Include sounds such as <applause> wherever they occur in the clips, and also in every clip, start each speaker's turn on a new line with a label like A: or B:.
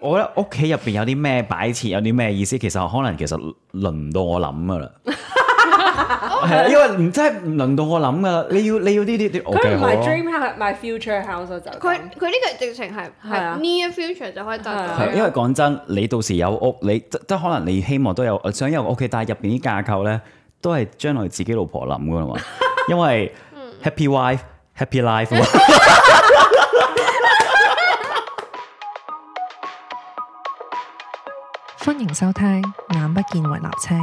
A: 我覺得屋企入邊有啲咩擺設，有啲咩意思，其實可能其實輪唔到我諗噶啦。係啊，因為唔真係唔輪到我諗噶啦。你要你要呢啲啲，我
B: 佢
A: 嘅
B: 唔
A: 好啊
B: 係
A: 咯
B: dream house，my future house 啊就
C: 佢
B: 咁
C: 佢呢個直情係
B: 係啊
C: 係 near future 就可以達
B: 係
C: 到
B: 啊
A: 係，因為講真，你到時有屋，你即即可能你希望都有想有個屋企，但係入邊啲架構咧，都係將來自己老婆諗噶啦嘛。因為 happy wife happy life 啊嘛。
D: 歡迎收聽《眼不見為立青》。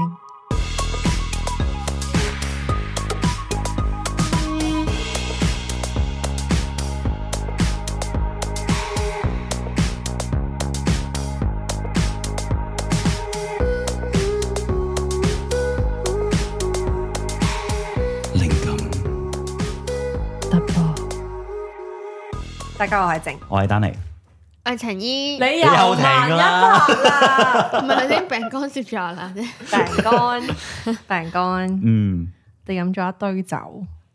A: 靈感，
D: 突破。大家好，我係靜。
A: 我係丹尼。
C: 阿陳姨，
B: 你
A: 你
B: 又
A: 又停
B: 慢一
A: 啦
B: 拍啦，
C: 唔係頭先病乾啊涉咗啦啫，
D: 病乾，病乾，
A: 嗯，
D: 你飲咗一堆酒，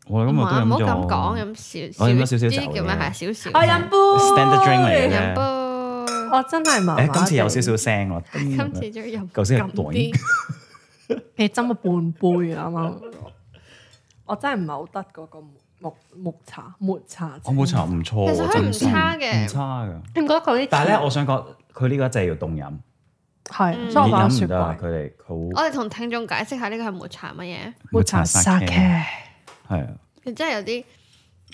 A: 我
C: 唔
A: 今日都
C: 好唔好
A: 飲
C: 咁
A: 咗
C: 講，。飲少
A: 我
C: 少，
A: 飲咗少少
C: 呢
A: 酒
C: 啲叫咩？
A: 嘅
C: 係少少，
B: 我飲杯
A: Standard drink 嚟嘅
C: 飲
A: 嗯
C: 杯，
D: 我真係麻麻
A: 誒，
D: 地
A: 今次有少少聲喎。
C: 今次終於飲
A: 頭先係
C: 咁
A: 懟
C: 啲，
D: 你斟咗半杯啊！啱啱我真係唔係好得嗰個木木茶抹茶。
A: 我冇茶唔錯喎，
C: 其實佢唔
A: 真心
C: 差嘅
A: 唔差嘅。
D: 你唔覺得嗰啲？
A: 但係咧，我想講佢呢個真係要凍飲，
D: 係，
A: 熱
D: 所以我擺喺
A: 飲
D: 雪
A: 唔得啊！佢
D: 櫃。
A: 哋好
C: 我哋同聽眾解釋下呢個係抹茶乜嘢，
D: 抹茶沙嘅，
A: 係啊，
C: 佢真係有啲，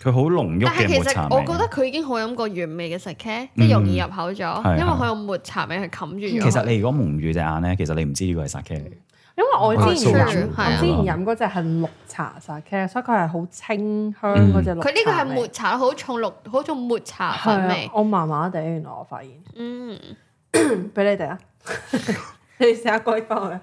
A: 佢好濃郁
C: 但係
A: 嘅
C: 其
A: 抹茶
C: 實
A: 味。
C: 我覺得佢已經好飲過原味嘅 sake，即係容易入口咗，
A: 係
C: 因為
A: 係嗯
C: 佢用抹茶味去冚住咗。
A: 其實你如果蒙住隻眼咧，其實你唔知呢個係 sake 嚟。
D: 因為我之前
C: 我
D: 飲，我
C: 係素
D: 之前飲嗰只係綠茶沙嘅，所以佢係好清香嗰只綠茶味。
C: 佢呢個係抹茶，好重綠，好重抹茶粉
D: 係
C: 味
D: 啊，。我麻麻地，原來我發現。
C: 嗯，
D: 俾 <laughs> 你哋啊！你哋試下改翻佢，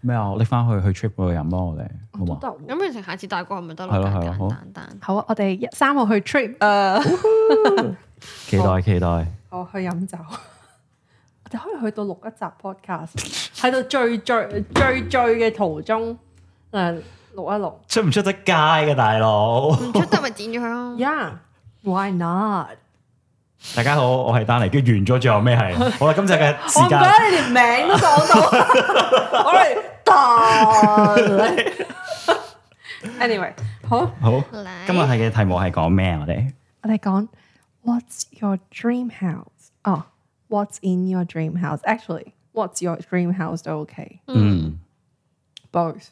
A: 咩啊？我拎翻去去 trip 嗰度飲咯，我哋好
D: 都
A: 嘛？
D: 得喎。
C: 咁變成下次帶過去咪得咯，
A: 係咯
C: 簡
A: 係咯好
C: 簡單單。
D: 好啊，我哋一三號去 trip 啊，
A: 期待期待。
D: 我去飲酒。 <laughs> 我哋可以去到錄一集 podcast，喺度醉醉醉醉嘅途中，誒錄一錄。
A: 出唔出得街嘅大
C: <laughs>
A: 佬？
C: 唔出得咪剪咗佢咯。
D: Yeah，why not？
A: 大家好，我係丹尼。跟住完咗，最後咩
C: <laughs>
A: 係？好啦，今集嘅
D: 我
A: 時
D: 唔覺
A: 間
D: 得你連名都
A: <laughs>
D: 講到，我哋蛋。Anyway，好，
A: 好。
C: 嚟
A: 今日係嘅題目係講咩啊？我哋
D: 我哋講 What's your dream house？哦，What's in your dream house？Actually，What's your dream house 都 OK。
A: 嗯
D: both.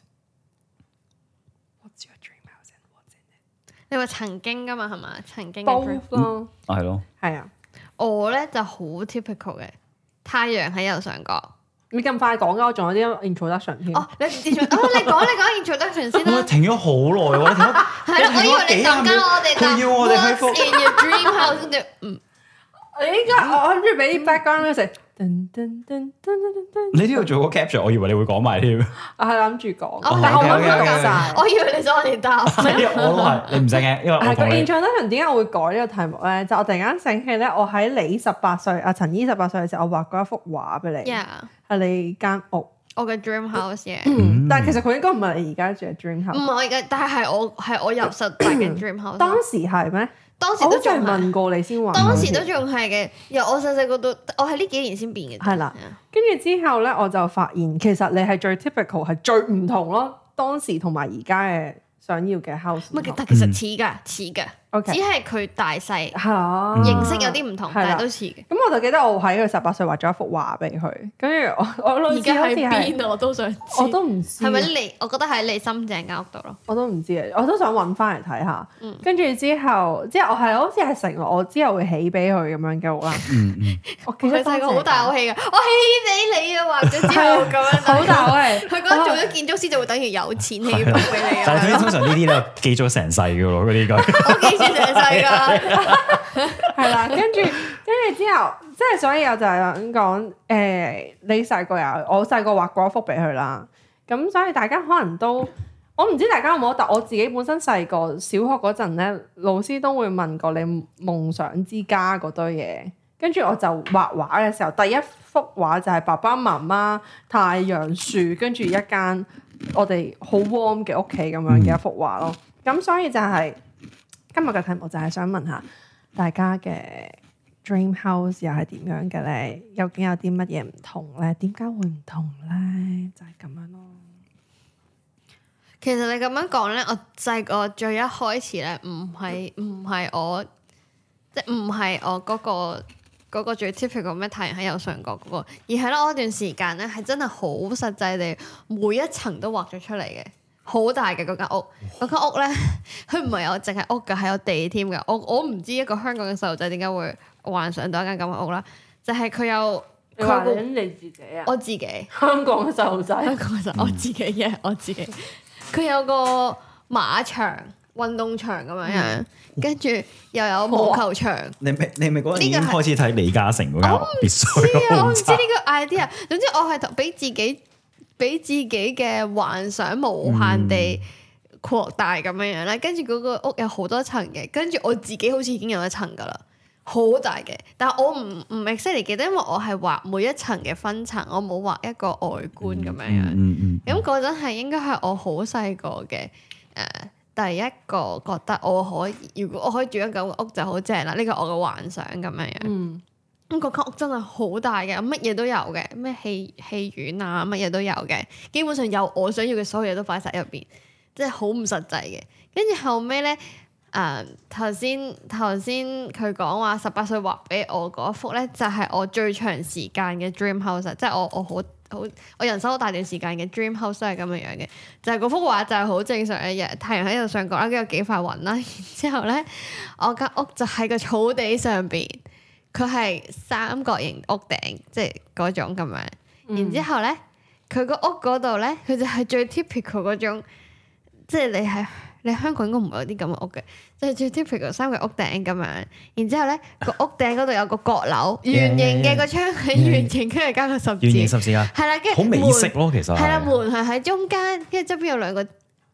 D: What's your dream house and what's in
C: 你話曾經噶嘛係嘛？曾經嘅 dream
D: it? Both 咯，
A: 係咯，
D: 係啊！
C: 我咧就好 typical 嘅，太陽喺右上角。哦
D: 你咁快講噶，我仲有啲 introduction 添。
C: 哦，你唔知做哦，你講你講 introduction 先
A: 我
C: 啦。
A: 停咗好耐喎，我哋停咗
C: <laughs> 係啊啦，我以為你等緊我哋答
A: 佢要我哋開
C: What's in your dream house？跟住嗯，
D: 你依家我諗住俾 background music，噔噔噔噔噔噔，
A: 你呢度做個 capture，我以為你會講埋添。
D: 我係諗住講，
C: 哦
D: 但係我諗住
A: OK，OK，OK，OK
D: 講晒。
C: 我以為你想我哋答。
A: <laughs> 因為我都係，啊你唔使
C: <laughs>
A: 驚，因為我
D: 係個
A: 同你
D: introduction 點解我會改呢個題目咧？就我突然間醒起咧，我喺你十八歲，阿陳姨十八歲嘅時候，我畫過一幅畫俾你，
C: Yeah，
D: 係你間屋。
C: 我嘅 dream house 嘅，
A: 嗯
D: 但係其實佢應該唔係你而家住嘅 dream
C: 唔
D: house。
C: 係我而家，但係係我係我入實大嘅 dream house。
D: 當時係咩？
C: 嗯當時
D: 我好
C: 都
D: 似
C: 仲
D: 係
C: 係
D: 問過你先畫。
C: 當時都仲係嘅，由我細細個到，我係呢幾年先變嘅。
D: 係啦跟住之後咧，我就發現其實你係最 typical 係最唔同咯，當時同埋而家嘅想要嘅 house
C: 唔
D: 唔
C: 係，
D: 同。
C: 但其實似㗎，似㗎，
D: OK，
C: 只係佢大細
D: 嚇
C: 形式有啲唔同，
D: 啊係啦
C: 但係都似嘅。
D: 咁我就記得我喺佢十八歲畫咗一幅畫俾佢，跟住我我
C: 而
D: 類似
C: 家
D: 好似
C: 喺
D: 係
C: 邊啊？我都想知。
D: 我都唔知，
C: 係咪你？我覺得喺你深井間屋度咯。
D: 我都唔知啊！我都想揾翻嚟睇下
C: 嗯。
D: 跟住之後，即係我係好似係承諾我之後會起俾佢咁樣嘅屋啦。
A: 嗯嗯
D: 我記
C: 佢
D: 得
C: 細
D: 當時
C: 個好大口氣㗎，我起俾你啊！畫
D: <laughs>
C: 咗之後咁樣，啊
D: 好大
C: <laughs>
D: 口氣。
C: 佢覺得做咗建築師就會等於有錢起屋俾你啊！
A: 但係通常呢啲咧記咗成世嘅咯，嗰啲
C: <laughs>
A: 句
C: 我幾時成世㗎？
D: 係啦，跟住跟住之後，即係所以我就係咁講，誒、你細個有，我細個畫過一幅俾佢啦。咁所以大家可能都，我唔知大家有冇，但我自己本身細個小學嗰陣咧，老師都會問過你夢想之家嗰堆嘢。跟住我就畫畫嘅時候，第一幅畫就係爸爸媽媽、太陽樹，跟住一間我哋好 warm 嘅屋企咁樣嘅一幅畫咯。咁所以就係、今日嘅題目就係想問下大家嘅
E: dream house 又係點樣嘅咧？究竟有啲乜嘢唔同咧？點解會唔同咧？就係、咁樣咯。
C: 其實你咁樣講咧，我細個最一開始咧，唔係唔係我，即係唔係我嗰、個嗰、個最 typical 咩太陽喺右上角嗰、個，而係咧我一段時間咧係真係好實際地每一層都畫咗出嚟嘅，好大嘅嗰間屋，嗰間屋咧 <laughs> 佢唔係有淨係屋㗎，係有地添㗎。我我唔知一個香港嘅細路仔點解會幻想到一間咁嘅屋啦，就係、佢有
D: 你
C: 佢
D: 話
C: 會
D: 緊你自己啊？
C: 我自己。
D: 香港嘅細路仔，
C: <laughs> 香港就我自己嘅，我自己。嗯佢有個馬場、運動場咁樣樣，跟住又有網球場。
A: 你咪你咪嗰陣已經
C: 呢個
A: 開始睇李嘉誠嗰間別墅
C: 知啊，
A: 好
C: 我唔知呢
A: 差
C: 個 idea。總之我係同俾自己俾自己嘅幻想無限地擴大咁樣樣咧。跟住嗰個屋有好多層嘅，跟住我自己好似已經有一層噶啦。好大嘅，但係我唔唔 exactly 記得，因為我係畫每一層嘅分層，我冇畫一個外觀咁樣樣。
A: 嗯嗯嗯。
C: 咁嗰陣係應該係我好細個嘅誒，第一個覺得我可以，如果我可以住緊咁個屋就好正啦，呢個我嘅幻想咁樣樣。
E: 嗯，
C: 咁嗰間屋真係好大嘅，乜嘢都有嘅，咩戲戲院啊，乜嘢都有嘅，基本上有我想要嘅所有嘢都擺晒入邊，即係好唔實際嘅。跟住後尾咧，誒頭先頭先佢講話十八歲畫俾我嗰一幅咧，就係、我最長時間嘅 dream house，啊即係我我好好我人生好大段時間嘅 dream house 都係咁樣樣嘅，就係、嗰幅畫就係好正常嘅日太陽喺度上角啦，跟住有幾塊雲啦，然 <laughs> 之後咧我間屋就喺個草地上邊。佢係三角形屋頂，即係嗰種咁樣。然之後咧，佢個屋嗰度咧，佢就係最 typical 嗰種，即係你係你香港應該唔會有啲咁嘅屋嘅，即係最 typical 三角屋頂咁樣。然之後咧，個屋頂嗰度有個閣樓，圓形嘅個窗係圓形，跟住加個十字，
A: 圓形十字架，
C: 係啦，跟住
A: 好美
C: 門
A: 式啊咯，其實
C: 係啦，門係喺中間，跟住側邊有兩個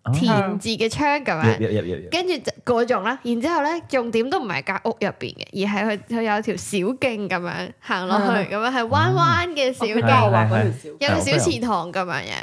A: 啊
C: 田字嘅窗咁樣。
A: 入入入入
C: 跟住就嗰種啦，然之後咧重點都唔係間屋入邊嘅，而係佢佢有條小徑咁樣行落去，咁樣係彎彎嘅小
D: 我記得
A: 係
C: 徑，
D: 我畫嗰條小
C: 有個小池塘咁樣嘅，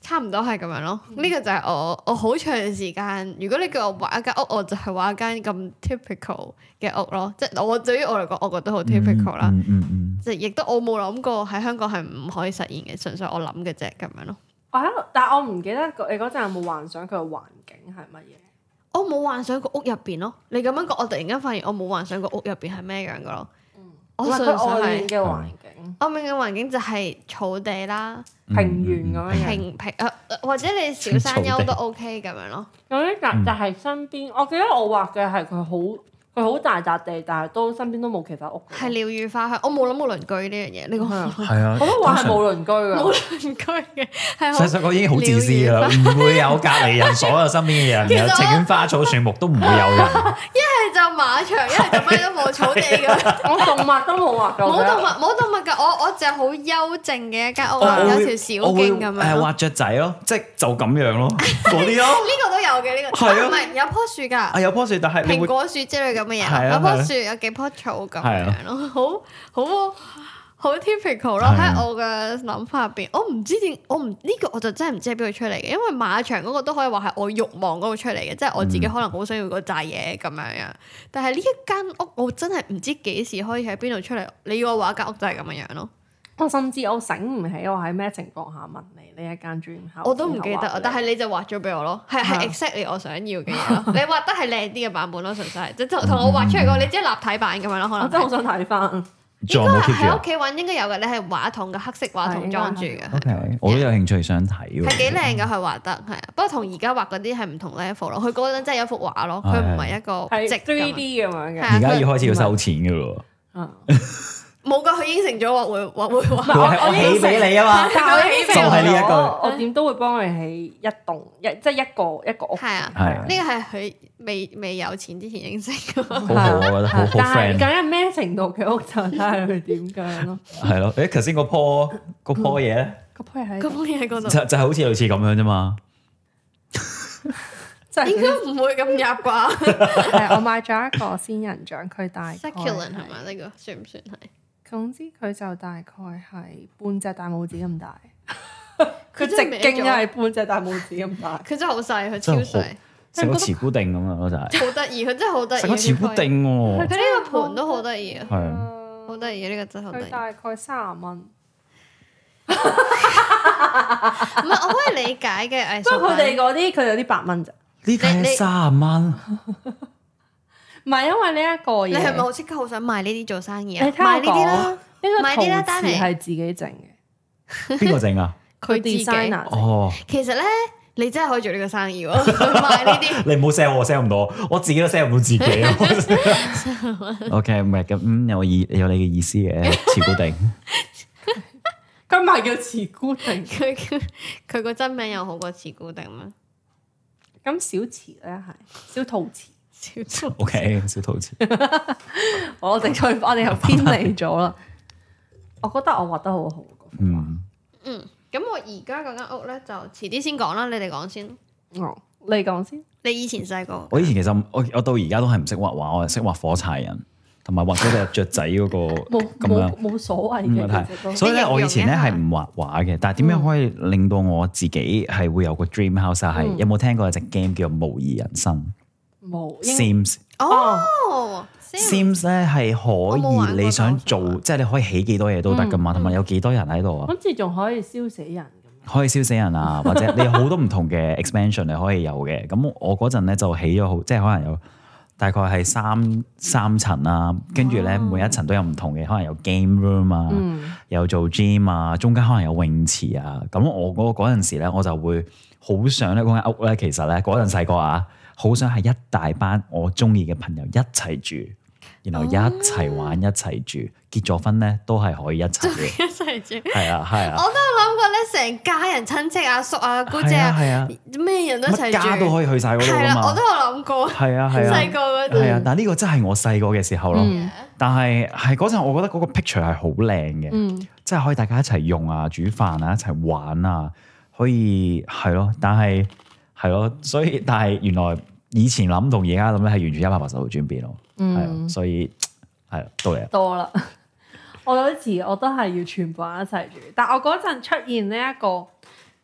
C: 差唔多係咁樣咯。呢個就係我我好長時間，如果你叫我畫一間屋，我就係畫一間咁 typical 嘅屋咯，即係我對於我嚟講，我覺得好 typical 啦。
A: 嗯嗯嗯
C: 即係亦都我冇諗過喺香港係唔可以實現嘅，純粹我諗嘅啫咁樣咯。
E: 我喺度，但係我唔記得你嗰陣有冇幻想佢嘅環境係乜嘢？
C: 我冇幻想過屋入邊咯。你咁樣講，我突然間發現我冇幻想過屋入邊係咩樣噶咯。我
E: 唔係
C: 純粹
E: 佢外
C: 係
E: 面嘅環境，
C: 我面嘅環境就係草地啦，
A: 嗯
E: 平原咁樣嘅。
C: 平平呃呃或者你小山丘都 OK 咁樣咯。
D: 有啲但但係身邊，我記得我畫嘅係佢好，佢好大笪地，但係都身邊都冇其他屋。
C: 係療愈花香，我冇諗過鄰居呢樣嘢。你
E: 係啊
C: 講
A: 係啊，
D: 我都話係冇鄰居
C: 冇
D: 㗎，
C: 鄰居嘅係好
A: 細細個已經好自私㗎啦，唔會有隔離人，所有身邊嘅人，
C: <laughs> 其實
A: 有
C: 我
A: 情願花草樹木都唔會有人。
C: <laughs> 一係就馬場，一係就咩都冇草地咁樣，
D: 我動物都冇畫過。
C: 冇動物冇動物㗎。我我就係好幽靜嘅一間屋
A: 我
C: 啊，
A: 我
C: 有
A: 會
C: 條小
A: 我會
C: 徑咁樣
A: 誒
C: 咯。
A: 畫雀仔咯，即係就咁樣
C: <laughs>
A: 咯，嗰啲咯。
C: 哦呢個都有嘅呢個，
A: 係啊
C: 唔係有棵樹㗎
A: 啊。有棵樹，但係你
C: 蘋
A: 會
C: 果樹之類咁
A: 係
C: 嘅嘢，
A: 啊係
C: 有
A: 啊
C: 棵樹有幾棵草咁
A: 係啊
C: 樣咯，好好好 typical
A: 係
C: 咯。
A: 啊
C: 喺我嘅諗法入邊，我唔知點，我唔呢個我就真係唔知喺邊度出嚟嘅，因為馬場嗰個都可以話係我慾望嗰度出嚟嘅，即係我自
A: 嗯
C: 己可能好想要嗰扎嘢咁樣樣。但係呢一間屋，我真係唔知幾時可以喺邊度出嚟。你要我畫一間屋就係咁樣樣咯，
E: 我甚至我醒唔起我喺咩情況下問你呢一間 dream house
C: 我都唔記得啊。但係你就畫咗俾我咯，係係
E: 係
C: exactly 我想要嘅嘢 <laughs> 咯。你畫得係靚啲嘅版本咯，純粹係即係同同我畫出嚟嗰個，你只係立體版咁樣咯，可
E: 我
C: 能
E: 真
C: 嗯係
E: 係好。想睇翻。
A: 仲有冇 keep 住
C: 喺
A: 啊
C: 屋企揾應該有嘅，你係畫筒嘅黑色畫筒裝住嘅，
A: ？OK，我都有興趣想睇喎。
C: 係幾靚啊嘅，佢畫得係啊。不過同而家畫嗰啲係唔同 level 咯。佢嗰陣真係有幅畫咯，佢唔係一
E: 係
C: 個直咁啊
E: three
C: 樣
E: D 咁樣嘅
C: 係。
A: 而家要開始要收錢㗎咯
E: 嗯
C: 冇噶，佢應承咗話會話會
A: <laughs> 喎，
C: 畫。
A: 我起俾你啊
C: <laughs>
A: 嘛。
E: 但係我已經
A: 就係呢一句
E: 我我點都會幫你起一棟一即係一個一個屋。
C: 係啊，
A: 係
C: 呢個係佢未未有錢之前應承嘅。
A: 好好，我覺得好好
E: 但係
A: friend
E: 究。竟咩程度嘅屋就睇下佢點
C: <laughs>
E: 樣咯。
A: 係咯，誒頭先嗰棵嗰棵嘢咧，
E: 個配喺
C: 咁嘢喺
A: 就
C: 嗰度，
A: 就係好似類似咁樣啫嘛。
E: 即
C: 應
E: 係
C: 該唔會咁入啩
E: 係我買咗一個仙人掌，佢大概
C: ？Succulent 係咪呢個算唔算係？
E: 總之佢就大概係半隻大拇指咁大，
C: 佢
E: 佢直
C: 真係歪咗
E: 徑係半隻大拇指咁大。
C: <laughs> 佢真係好細，佢超
A: 真係
C: 細。
A: 成個慈姑定咁啊樣咯，就係
C: 好得意，啊佢真係好得意。
A: 成個慈姑
C: 呢
A: 定喎，
C: 個呢個盤都好得意啊，
A: 係啊
C: 好得意呢個真係好得
D: <laughs> 佢
C: 意。
D: 大概三十蚊，
C: 唔係，我可以理解嘅藝
D: 不過佢
C: 術
D: 哋
C: 品。
D: 嗰啲佢有啲八蚊咋，
A: 呢
C: 你
A: 睇
C: 你
A: 三十
D: <laughs>
A: 蚊，唔
D: 唔係因為呢一個嘢，
C: 你係咪好即刻好想賣呢啲做生意啊？
D: 你聽我
C: 賣呢啲啦，
D: 呢個
C: 買
D: 陶
C: 啲啦丹
D: 瓷
C: 尼
D: 係自己整嘅，
A: 邊個整
D: <laughs>
A: 啊？
C: 佢自己。
D: designer 整
A: 哦，
C: 其實咧，你真係可以做呢個生意喎， <laughs> 賣呢啲。
A: 你唔好 sell 我 sell 唔到，我自己都 sell 唔到自己。OK，唔係咁，嗯，有意有你嘅意思
D: <laughs>
A: 嘅，慈姑定。
D: 佢唔係叫慈姑定，
C: 佢佢佢個真名又好過慈姑定咩？
D: 咁小瓷咧係小陶瓷。
C: 小聰
A: OK，小
D: <laughs>
A: 兔子。
D: 我哋 <laughs> 再我哋又偏離咗啦。我覺得我畫得好好。
A: 嗯，
C: 嗯，咁我而家嗰間屋咧就遲啲先講啦，你哋講先。
D: 哦，你講先。
C: 你以前細個
A: 我以前其實我我到而家都係唔識畫畫，我係識畫火柴人，同埋畫嗰隻雀仔嗰個
D: <laughs> 冇
A: 咁樣
D: 冇。冇所謂
A: 嗯
D: 嘅，
A: 係
D: 其實都嗯
A: 所以咧，
C: 你形容
A: 我以前咧
C: 一下
A: 係唔畫畫嘅，但係點樣可以令到我自己係會有個 dream house 啊？
D: 嗯
A: 係有冇聽過有隻 game 叫《模擬人生
D: 冇。應
A: Sims
C: 哦， <laughs> 先
A: Sims 咧
C: 我冇
A: 係可
C: 玩過嗯
A: 以你想
C: 我
A: 做，
C: 想
A: 即係你可以起幾多嘢都得
C: 嗯
A: 噶嘛，同埋有幾多人喺度啊？
C: <laughs>
D: 好似仲可以燒死人咁樣。
A: 可以燒死人啊，或者你有好多唔同嘅 expansion 你可以有嘅。咁我嗰陣咧就起咗好，即係可能有大概係三三層啦，跟住
C: 哦
A: 咧每一層都有唔同嘅，可能有 game room 啊，
D: 嗯，
A: 有做 gym 啊，中間可能有泳池啊。咁我嗰嗰陣時咧，我就會好想咧嗰間屋咧，其實咧嗰陣細個啊，好想係一大班我中意嘅朋友一齊住，然
C: 哦
A: 後一齊玩一齊住，結咗婚咧都係可以一齊嘅，
C: <laughs> 一齊住。
A: 係啊係啊
C: 我。都有諗過咧，成家人親戚阿叔啊姑姐
A: 係啊
C: 啊，
A: 係啊，
C: 咩人都一齊
A: 乜家都
C: 住。
A: 可以去晒嗰度
C: 係
A: 噶
C: 啦，我
A: 嘛
C: 都。有諗過。
A: 係啊係
C: 細
A: 啊，
C: 個嗰
A: 係啊
C: 陣，，
A: 但呢個真係我細個嘅時候咯。
D: 嗯
A: 但係係嗰陣，我覺得嗰個 picture 係好靚嘅，
D: 嗯，
A: 即係可以大家一齊用啊、煮飯啊、一齊玩啊，可以係咯。但係係咯，所以但係原來以前諗同而家諗咧係完全一百八十度轉變咯。
D: 嗯
A: 係啊、所以係啊到你啊，
D: 多啦。 <laughs> 我有時我都係要全部人一齊住，但我嗰陣出現呢、一個誒、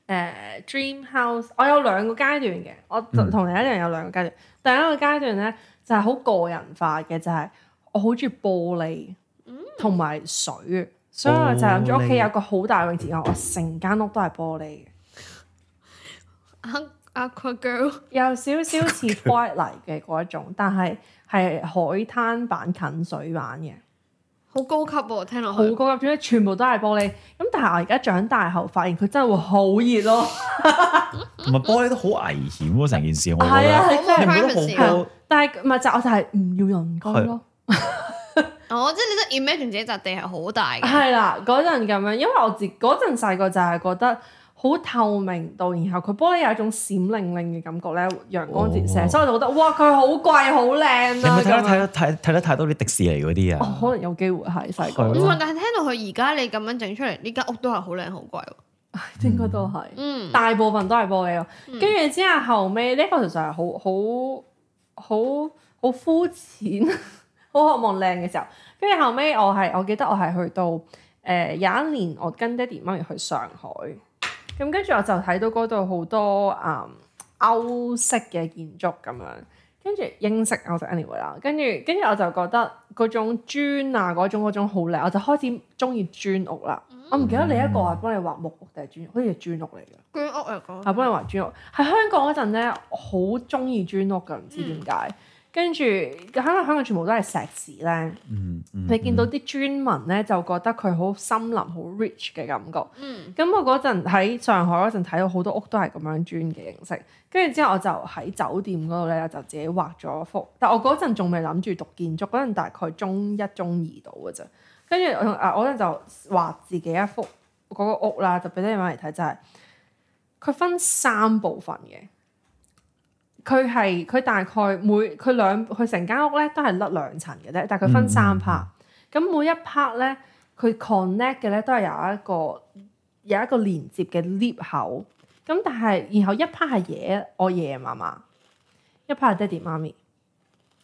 D: 呃 dream house，我有兩個階段嘅，我
A: 嗯
D: 同你一樣有兩個階段。第一個階段咧就係、好個人化嘅，就係、我好中意玻璃同埋水，所以我就諗住屋企有個好大泳池，我成間屋都係玻璃嘅。
C: 阿 Aqua Girl
D: 有少少似 Twilight 嘅嗰一種，但係係海灘版近水版嘅，
C: 好高級喎，聽
A: 啊
C: 落
D: 好
C: 去。
D: 高級，總之全部都係玻璃。咁但係我而家長大後發現佢真係會好熱
A: <laughs>
D: 咯，
A: 同埋玻璃都好危險喎，成件事我覺
D: 係啊
A: 得。
C: 好
D: 係真
A: 你
C: 冇
A: 唔
D: 係。
A: 覺得
C: privacy
A: 好
C: 啊
A: 高？
D: 但係唔係就我就係唔要人工咯，
C: 哦，即係你都 imagine 自己笪地係好大嘅。
D: 係啦嗰陣咁樣，因為我自嗰陣細個就係覺得。好透明度，然後佢玻璃有一種閃靈靈嘅感覺咧，陽光折射，
A: 哦
D: 所以我就覺得哇，佢好貴好
A: 你
D: 靚
A: 有
D: 啊！
A: 冇睇得
D: 咁樣
A: 太多睇睇得太多啲迪士尼嗰啲
D: 哦
A: 啊？
D: 可能有機會係細
A: 係
D: 個，
A: 咯
C: 唔係，但係聽到佢而家你咁樣整出嚟，呢間屋都係好靚好貴
D: <laughs>
C: 喎。
D: 應該都係。
C: 嗯，
D: 大部分都係玻璃咯。跟住之後後尾呢、個其實係好好好好膚淺， <laughs> 好渴望靚嘅時候。跟住後尾我係我記得我係去到誒、呃有一年我跟爹哋媽咪去上海，咁跟住我就睇到嗰度好多誒、歐式嘅建築咁樣。跟住英式我就 anyway 啦，跟住跟住我就覺得嗰種磚啊嗰種嗰種好靚，我就開始中意磚屋啦。我唔記得你一個係幫你畫木屋定係磚屋，好似係磚屋嚟嘅。
C: 居屋嚟講，
D: 啊，幫你畫磚屋。喺香港嗰陣咧，我好中意磚屋㗎，唔知點解。跟住香港香港全部都係石屎咧，
A: 嗯嗯
D: 你見到啲磚民咧就覺得佢好森林、好 rich 嘅感覺。
C: 嗯，
D: 咁我嗰陣喺上海嗰陣睇到好多屋都係咁樣磚嘅形式，跟住之後我就喺酒店嗰度咧，我就自己畫咗幅。但我嗰陣仲未諗住讀建築，嗰陣大概中一、中二度嘅啫。跟住我同啊，我嗰陣就畫自己一幅嗰個屋啦，就俾啲人嚟睇，就係、佢分三部分嘅。佢係佢大概每佢兩佢成間屋咧都係甩兩層嘅啫，但係佢分三 part。咁、每一 part 咧，佢 connect 嘅咧都係有一個有一個連接嘅 lift 口。咁但係然後一 part 係爺我爺爺嫲嫲，一 part 係爹哋媽咪。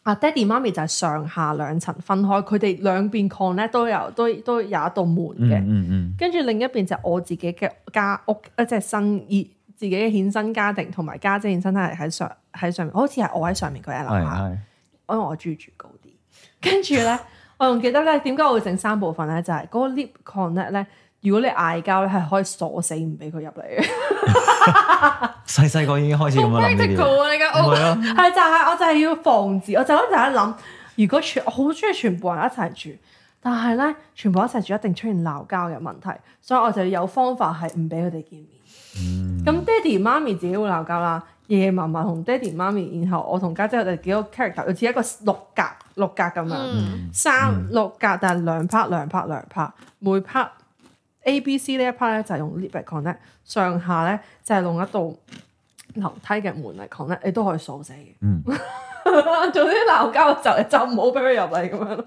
D: 啊，爹哋媽咪就係上下兩層分開，佢哋兩邊 connect 都有都都有一道門
A: 嗯
D: 嘅。
A: 嗯嗯
D: 呃跟住另一邊就係我自己嘅家屋，一即係新而自己嘅衍生家庭同埋家姐衍生家庭喺上喺上面，好似係我喺上面，佢喺樓
A: 係
D: 下，
A: 係
D: 因為我中意住高啲。跟住咧， <laughs> 我仲記得咧，點解我會整三部分咧？就係、嗰個 lift connect 咧，如果你嗌交咧，係可以鎖死唔俾佢入嚟嘅。
A: 細細個已經開始咁樣諗呢
D: <laughs>
A: 啲嘢，
C: practical 啊！你間屋
A: 係啊，
D: 係就係、我就係要防止，我就一直喺度諗，如果全我好中意全部人一齊住，但係咧全部一齊住一定出現鬧交嘅問題，所以我就要有方法係唔俾佢哋見面。咁、爹哋媽咪自己會鬧交啦，爺爺嫲嫲同爹哋媽咪，然後我同家姐我哋幾個 character，好似一個六格六格咁樣，
C: 嗯
D: 三六格，但係兩 part 兩 part 兩 part，每 part。A、B、C 呢一 part 咧就係用 lift 嚟 connect，上下咧就係用一道樓梯嘅門嚟 connect，你都可以鎖死嘅。 <laughs>
A: 嗯，
D: 做啲鬧交嘅時候，你就唔好俾佢入嚟咁樣咯。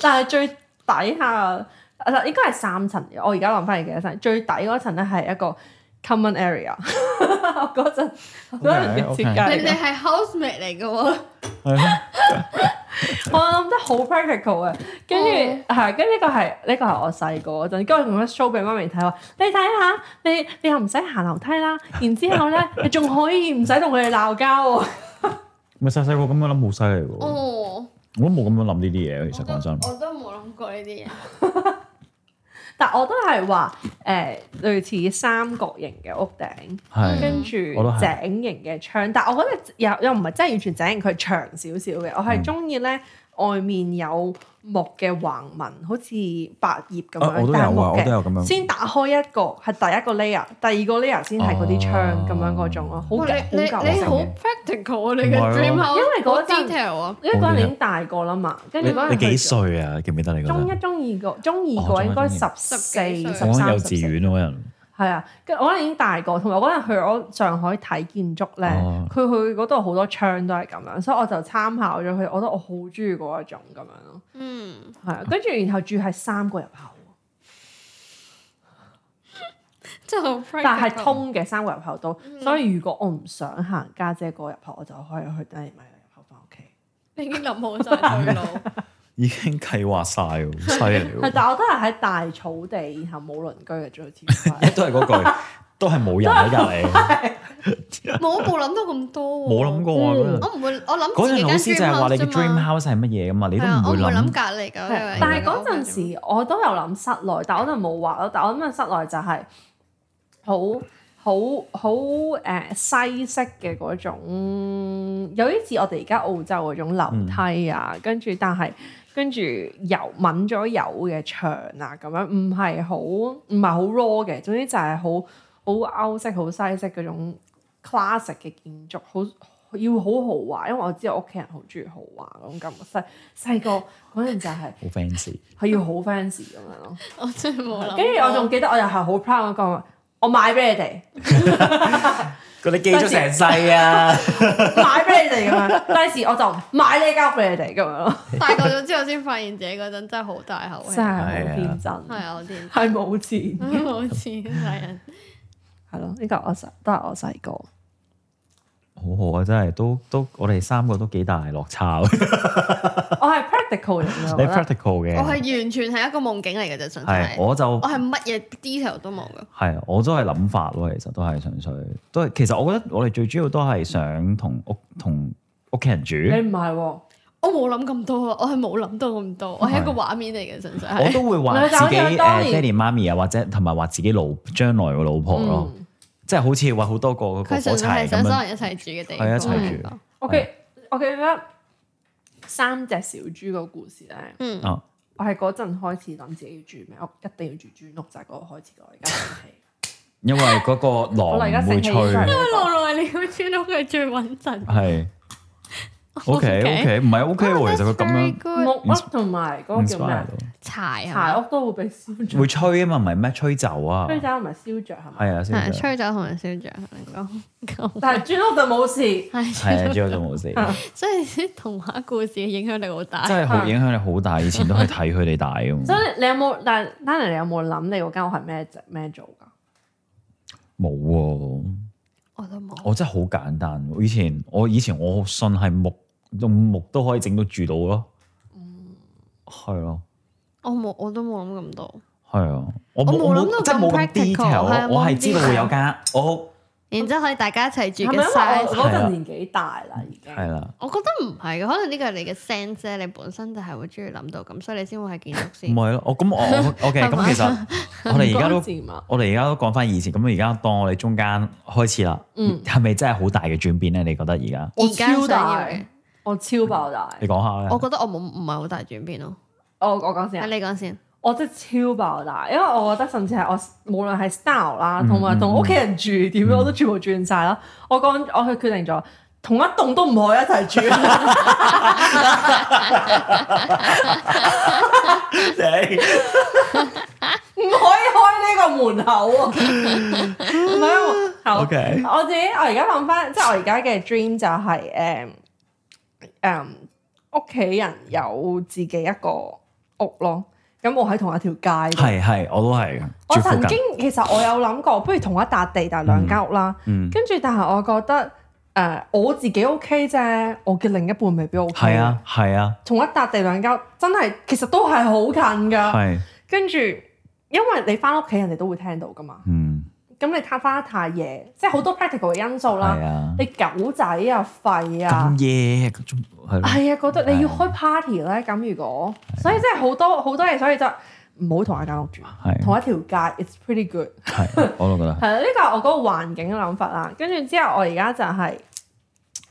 D: 但係最底下，嗱應該係三層嘅。我而家諗翻嚟幾多層？最底嗰層咧係一個 common area。我嗰陣我嗰陣嘅設
A: OK，OK
D: 計
C: 你哋係 housemate 嚟嘅喎，
A: 係啊
D: 我諗得好 practical 嘅，跟住
C: 哦
D: 係，跟住呢個係呢個係我細個嗰陣，跟住我仲一 show 俾媽咪睇話，你睇下，你你又唔使行樓梯啦，然之後咧，你仲可以唔使同佢哋鬧交喎。
A: 咪細細個咁樣諗好犀利喎，我
C: 哦，
A: 都冇咁樣諗呢啲嘢，其
C: 我
A: 實
C: 都
A: 講真，
C: 我都冇諗過呢啲嘢，
D: 但我都係話誒類似三角形嘅屋頂，
A: 係
D: 跟住
A: 我都係
D: 井形嘅窗，但我覺得又又唔係真係完全井形，佢係長少少嘅。我係
A: 嗯
D: 中意咧外面有木嘅橫紋，好似百葉咁
A: 啊我
D: 樣，
A: 都
D: 但係
A: 有
D: 木
A: 啊，我都
D: 嘅。
A: 有咁樣。
D: 先打開一個係第一個 layer，第二個 layer 先係
A: 哦
D: 嗰啲窗咁樣嗰種咯，好
C: 哇
D: 舊
C: 你你
D: 好
C: 你
D: 舊
C: 好
D: 好
C: practical 啊！你
A: 唔係
C: 嘅
A: 咯
C: dream house，
D: 因為嗰陣
C: detail 啊，
D: 因為嗰陣已經大個啦嘛，跟住嗰陣
A: 你
D: 去
A: 幾歲啊？記唔記得你嗰
D: 中
A: 陣？
D: 一、中二個，中二
A: 哦中
D: 個
A: 一
D: 應
A: 中
D: 該十四、
C: 十幾
D: 十
C: 歲
A: 我
D: 三、
A: 嗰陣幼
D: 十
A: 稚
D: 四。
A: 園嗰陣，
D: 係啊，跟住我嗰陣已經大個，同埋我嗰陣去咗上海睇建築咧，
A: 哦
D: 佢、去嗰度好多窗都係咁樣，所以我就參考咗佢，我覺得我好中意嗰一種咁樣咯。
C: 嗯，
D: 係啊，跟住然後住係三個入口，
C: 真係好 practical，
D: 但係通嘅三個入口都，所以如果我唔想行家姐嗰個入口，我就可以去第二米入口翻屋企。
C: 你已經諗好晒退路。
A: 已經計劃晒喎，犀利
D: 係，
A: 喎！
D: 但我都係喺大草地，然後冇鄰居嘅最天花
A: 都係嗰句，都係冇人喺隔離，
C: 冇冇諗到咁多喎。
A: 冇諗過啊嗰陣。
C: 我唔會，我諗
A: 嗰
C: 自
A: 陣
C: 己
A: 老
C: 間
A: 師就係話你嘅 dream
C: house 啫嘛
A: house 係乜嘢噶嘛，你都
C: 係啊
A: 唔
C: 我
A: 會
C: 唔會諗
A: 諗
C: 隔離㗎。因為
D: 但係嗰陣時我都有諗室內，但我嗰陣冇畫咯。但我諗緊室內就係好好好誒西式嘅嗰種，有啲似我哋而家澳洲嗰種樓梯啊，跟住但係跟住油抿咗油嘅牆啊，咁樣唔係好唔係好 raw 嘅，總之就係好好歐式、好西式嗰種 classic 嘅建築，好要好豪華，因為我知道我屋企人好中意豪華嗰種感覺。細細個嗰陣就係、
A: 好 fancy，
D: 佢要好 fans 咁樣咯。
C: 我真係冇諗過。
D: 跟住我仲記得我又係好 proud 咁講話，我買俾你 <laughs> 哋，
A: 佢哋記
D: 咗成
A: 世啊！
D: 買俾你哋咁樣。第時我就買呢間屋俾你哋咁樣咯。
C: 大個咗之後，先發現自己嗰陣真係好大口氣。
D: 真係好天真，
C: 係啊，我啲
D: 係冇錢。
C: 好似係人。
D: 係咯，呢個我細都係我細個。
A: <laughs> 好好啊，真係都都，我哋三個都幾大落差喎。
D: 我係 practical 嚟啊嘅，
A: 你
D: 我覺得
A: practical 嘅，
C: 我係完全係一個夢境嚟嘅啫，純粹
A: 係
C: 係。
A: 我就
C: 我係乜嘢 detail 都冇㗎。
A: 係啊我都係諗法咯，其實都係純粹都係。其實我覺得我哋最主要都係想同屋同屋企人住。
D: 你唔係喎，
A: 哦
C: 我冇諗咁多啊！我係冇諗到咁多，我係一個畫面嚟嘅，純粹
A: 我
C: 係。
A: 都會話自己
D: 女仔好
A: 誒
D: 似佢啊當
A: 爹
D: 年
A: 哋媽咪啊，或者同埋話自己老將來嘅老婆咯，
D: 嗯
A: 即係好似話好多個嗰個火
C: 佢純粹係
A: 柴咁
C: 想所
A: 樣，
C: 有人一齊住嘅地
A: 係啊
C: 方。
A: 一齊住
D: 我記我記得三隻小豬個故事咧。
C: 嗯
A: 哦
D: 我係嗰陣開始諗自己要住咩屋，一定要住磚屋，就係嗰個開始到而家諗起。
A: 因為嗰個
D: 我而家
A: 哦狼唔會
D: 醒起
A: 吹，
D: <laughs> 真係
C: 因為老來你要村屋係最穩
D: <laughs>
C: 陣。
A: 係 OK OK，唔係 OK 喎，其實佢咁樣
C: 樣
D: 木屋同埋嗰個叫
A: inspire
D: 咩啊？
A: 到，
C: 柴係嘛
D: 柴屋都會被燒着，
A: 會吹啊嘛，唔係咩吹走啊，
D: 吹走唔係燒着係咪？
A: 係啊，先
C: 係
A: 係
C: 吹走同人燒着，你講
D: 但係磚屋就冇事。 <laughs>
A: 啊，
C: 係，
A: 之後就冇事，
C: 所以啲童話故事嘅影響力好大。
A: 真係好
D: 係
A: 影響力好大，以前都係睇佢哋大噶
D: 啊 <laughs> 所
A: 嘛，
D: 以你有冇？但係 Nana，你有冇諗你嗰間屋係咩咩做㗎？
A: 冇喎。
C: 我都冇，
A: 我真係好簡單喎。以前我以前我信係木用木都可以整到住到咯。
C: 嗯
A: 係咯，
C: 我冇，我都冇諗咁多。
A: 係啊，我
C: 我冇
A: 我
C: 諗到
A: 即係冇
C: 咁
A: 咁
C: practical，係
A: detail
C: 啊冇咁
A: 咯。我係知道
C: detail <laughs>
A: 會有間屋，
C: 然之後可以大家一齊
D: 係
C: 住
D: 咪因為
C: 嘅
D: 我
C: size。
D: 嗰陣年紀大啦，已經
A: 啊係啊啦，
C: 我覺得唔係嘅，可能呢個係你嘅 sense 啫，你本身就係會中意諗到咁，所以你先會係建築
A: 唔
C: 師。
A: 係咯，我咁我
C: <laughs>
A: 我 OK，
C: 係嘛
A: 咁其實我哋而家都
D: 唔關。事嘛
A: 我哋而家都講翻以前，咁而家當我哋中間開始啦，
C: 嗯
A: 係咪、真係好大嘅轉變咧？你覺得而家？
D: 我
C: 而家
D: 超
C: 想要
D: 大
C: 嘅，，
D: 我超爆大。
A: 你講下
C: 我
A: 咧。
C: 覺得我冇唔係好大轉變咯。
D: 我我講先
C: 啊，
D: 啊，
C: 你講先。
D: 我真係超爆大，因為我覺得甚至係我無論係 style 啦，
A: 嗯
D: 同埋同
A: 嗯
D: 屋企人住點樣，我都全部轉晒啦。我講我去決定咗，同一棟都唔可以一齊住。唔可以開呢個門口啊！唔
A: <laughs>
D: 係啊我
A: OK
D: 我自己我而家諗翻，即係我而家嘅 dream 就係誒嗯誒嗯屋企人有自己一個屋咯。咁我喺同一條街
A: <laughs>
D: 度。
A: 係係，我都係
D: 我
A: 住
D: 曾
A: 附
D: 經
A: 近。
D: 其實我有諗過，不如同一笪地但係兩間屋啦。
A: 嗯，
D: 跟住、但係我覺得誒、呃我自己 OK 啫，我嘅另一半未必 OK。
A: 係，啊係啊
D: 同一笪地兩間屋真係其實都係好近㗎。
A: 係，啊
D: 跟住因為你翻屋企人哋都會聽到㗎嘛。
A: 嗯
D: 咁你攤翻得太夜，即係好多 practical 嘅因素啦
A: 係。啊
D: 你。狗仔啊、吠啊
A: 咁，夜咁中係咯，
D: 係啊，覺得你要
A: 係啊
D: 開 party 咧。咁如果，所以即係好多好多嘢，所以就唔好同一間屋住，
A: 係啊
D: 同一條街，it's pretty good。
A: 係，我都覺得係
D: 係啦，呢個係我嗰個環境嘅諗法啦。跟住之後，我而家就係、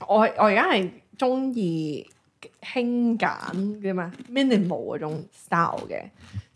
D: 我我而家係中意輕簡叫咩 minimal 嗰種 style 嘅，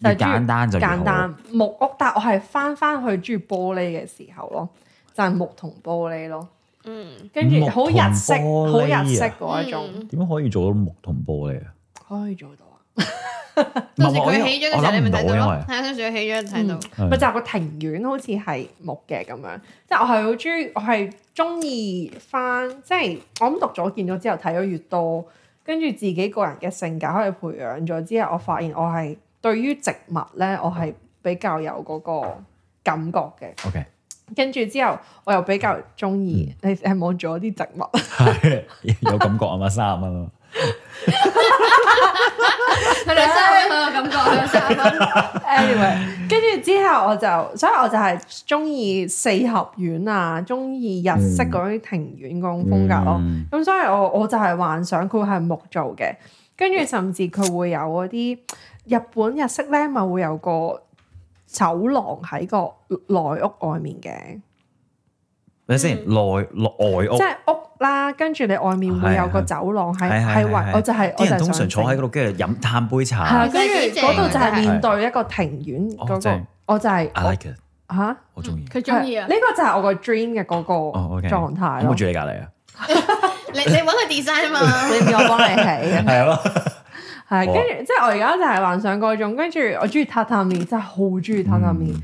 D: 就
A: 越
D: 係中意
A: 簡單就越好
D: 簡單木屋，但我係翻翻去中意玻璃嘅時候咯，就係、木同玻璃咯，
C: 嗯，
D: 跟住
A: 木
D: 好
A: 同
D: 日式，
A: 玻
D: 好
A: 璃啊
D: 日式嗰一種，
C: 嗯
A: 點可以做到木同玻璃啊？
D: 可以做到啊！
A: 唔
C: 到時
A: 係我
C: 佢
A: 因
C: 起
A: 為
C: 咗嘅
A: 我
C: 時候，你
A: 諗
C: 咪
A: 唔到，
C: 睇
A: 因
C: 到咯。
A: 為
C: 係啊，到時佢起咗就睇到。
D: 嗯咪
A: 係
D: 就係個庭院好似係木嘅咁樣，即係我係好中意，我係中意翻，即係我咁讀咗見咗之後睇咗越多，跟住自己個人嘅性格可以培養咗之後，我發現我係對於植物咧，我係比較有嗰個感覺嘅。
A: OK <laughs>
D: 跟住之後，我又比較中意
A: 嗯
D: 你係望住我啲植物，
A: 係有感覺啊嘛，三十蚊啊嘛。
C: 佢哋三個感覺，三個
D: anyway，跟 <laughs> 住之後我就，所以我就係中意四合院啊，中意日式嗰啲庭院嗰種風格咯。啊
A: 嗯
D: 咁所以我我就係幻想佢係木做嘅，跟住甚至佢會有嗰啲日本日式咧，咪會有個走廊喺個內屋外面嘅，
A: 等下先，
D: 嗯
A: 內內外屋
D: 即，係屋啦，跟住你外面會有個
A: 哦係係
D: 走廊喺
A: 係係
D: 喺
A: 係
D: 圍，
A: 係
D: 我就係
A: 啲
D: 我就
A: 人
D: 係
A: 通常
D: 想
A: 坐喺嗰度，跟住飲嘆杯
D: 係啊
A: 茶。
D: 跟住嗰度就係面對一個庭院
A: 哦
D: 嗰個
A: 正，啊
D: 我就係
A: I like it，
D: 嚇。
A: 我中意。
C: 佢中意啊
D: 呢！個就係我個 dream 嘅嗰個
A: 哦，OK
D: 狀態
A: 咁我
D: 嗯咯。
A: 住你隔離啊，
C: 你你揾佢 design 嘛？
D: <laughs> 你唔要我幫你
A: <laughs>
D: 起啊？
A: 係咯，
D: 係
A: 好啊
D: 跟住，即係我而家就係幻想嗰種，跟住我中意榻榻米，真係好中意榻榻米。
A: 嗯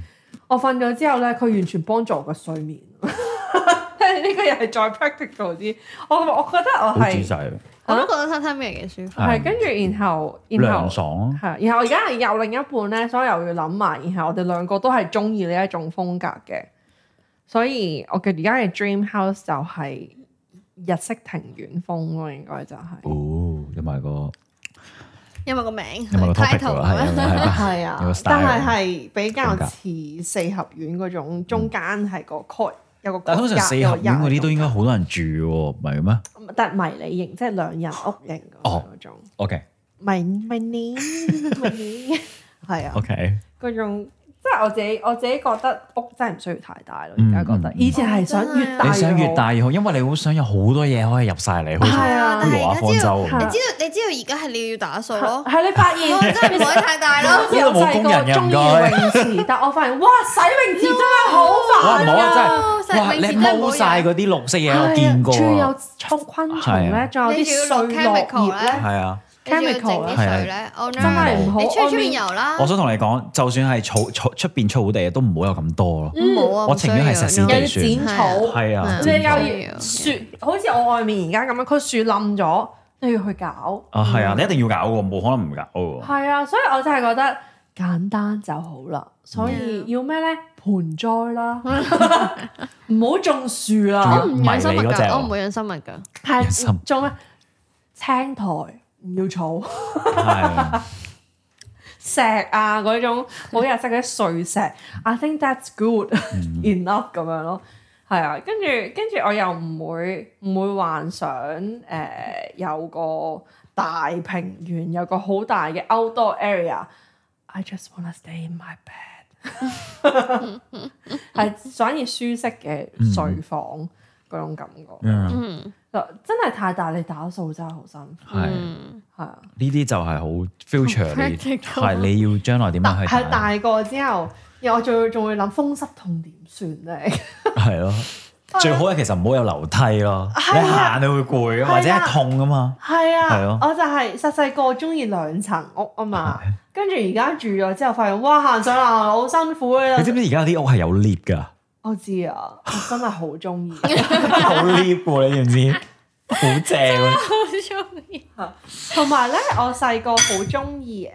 D: 我瞓咗之後咧，佢完全幫助我個睡眠。 <laughs> 呢個又係再 practical 啲。我我覺得我
A: 嗯好仔
D: 係
A: 細，
C: 我都覺得榻榻米幾舒服。
D: 係跟住，然後然後
A: 涼爽啊。
D: 係，然後我而家有另一半咧，所以又要諗埋，然後我哋兩個都係中意呢一種風格嘅，所以我嘅而家嘅 dream house 就係日式庭園風咯，應該就係、
A: 哦，有埋個
C: 因為個名
A: 有埋個 topic 㗎
C: title
A: 啦，係有
C: 啊
A: 埋係嘛
D: 係
A: 有個
D: 啊，但
A: style
D: 係係比較似四合院嗰種，中間係個 court 有個 court，
A: 但係通常四合院嗰啲都
D: 有
A: 應該好多人住喎，唔係嘅咩
D: 個 court，但係迷你型，即係兩人屋型
A: 哦
D: 嗰種，
A: ？OK
D: 迷迷你迷
A: <laughs>
D: 你係啊。
A: OK，
D: 嗰種，即係我自己我自己覺得屋真係唔需要太大咯。而家覺
A: 嗯
D: 得
A: 嗯嗯
D: 以前係想越大
C: 哦
A: 你想越
D: 好，
A: 大越好，因為你好想有好多嘢可以入晒嚟，好似
D: 係啊
C: 但係
A: 羅亞方舟
C: 而
A: 咁
C: 家知道，你知道你知道而家係你要打掃咯。
D: 係你發現
C: 我哦
D: <laughs>
C: 真係唔可以太大
D: 好
C: 咯。
D: 似我細個中意泳池，但我發現哇洗泳池真係好
A: 哇
D: 煩
A: 唔好
C: <laughs>
D: 啊！
A: 啊真係，哇
C: 哦細泳池
A: 你
C: 真係冇
A: 冇晒
C: 嘢
A: 嗰啲綠色嘢，
D: 係
A: 我
D: 啊
A: 見過
D: 仲
A: 啊，
D: 有蟲昆蟲咧，仲有
C: 你
D: 啲
C: 仲要落
D: 碎落葉
C: chemical
D: 咧，
A: 係啊，
C: 你仲要整
D: chemical
C: 啲
D: 咧
C: 水咧，我
D: 真係唔好。
C: 你出去出
D: 外
C: 面
D: 面
C: 游啦。
A: 我想同你講，就算係草草出邊草地都唔好有咁多咯，
C: 冇啊，
A: 我情願係食屎
D: 有
A: 地
D: 啲剪草，
A: 係啊，
C: 嗯
D: 你
A: 剪草
D: 又要樹，好似我外面而家咁樣，佢樹冧咗，你要去搞。
A: 啊係啊，你一定要搞喎，冇可能唔搞
D: <laughs>
A: 喎，
D: 係啊，所以我真係覺得簡單就好啦。所以
C: 嗯
D: 要咩咧？盆栽 <laughs> 啦，唔好種樹
C: 我
D: 啦，
C: 唔養生
A: 啊迷
C: 物
A: 你嗰隻
C: 㗎，
A: 喎
C: 我唔會養生物㗎。
A: 一心
D: 係種咩？青苔唔要草，
A: 係啊
D: 石啊嗰種好日式嗰啲碎石。I think that's good <laughs> enough 咁樣咯。係啊，跟住跟住我又唔會唔會幻想誒、呃有個大平原，有個好大嘅 outdoor area。I just wanna stay in my bed，係 <laughs> 反而舒適嘅睡房嗰種感覺。
A: 嗯
C: 嗯，
D: 就真係太大，你打掃真係好辛苦。
A: 係呢
C: 嗯
D: 係啊，
A: 啲就係好 future 你
C: Practical
A: 係你要將來點樣
D: 但
A: 去
D: 啊
A: 啊
D: 係
A: 打
D: 大個之後，又我仲仲會諗風濕痛點算咧？
A: 係咯。最好咧，其實唔好有樓梯咯，你行你會攰噶，或者
D: 係啊
A: 係痛噶嘛。
D: <laughs> 係
A: 係
D: 啊
A: 咯，
D: 我就係細細個中意兩層屋啊嘛，
A: <laughs>
D: 跟住而家住咗之後，發現哇行上樓好辛苦啊
A: 你！知唔知而家有啲屋係有 lift 㗎？
D: 我知啊，我真係好中意， <laughs>
A: 有 lift 喎，你知唔知？好正喎！
C: 好中意。
D: 同埋咧，我細個好中意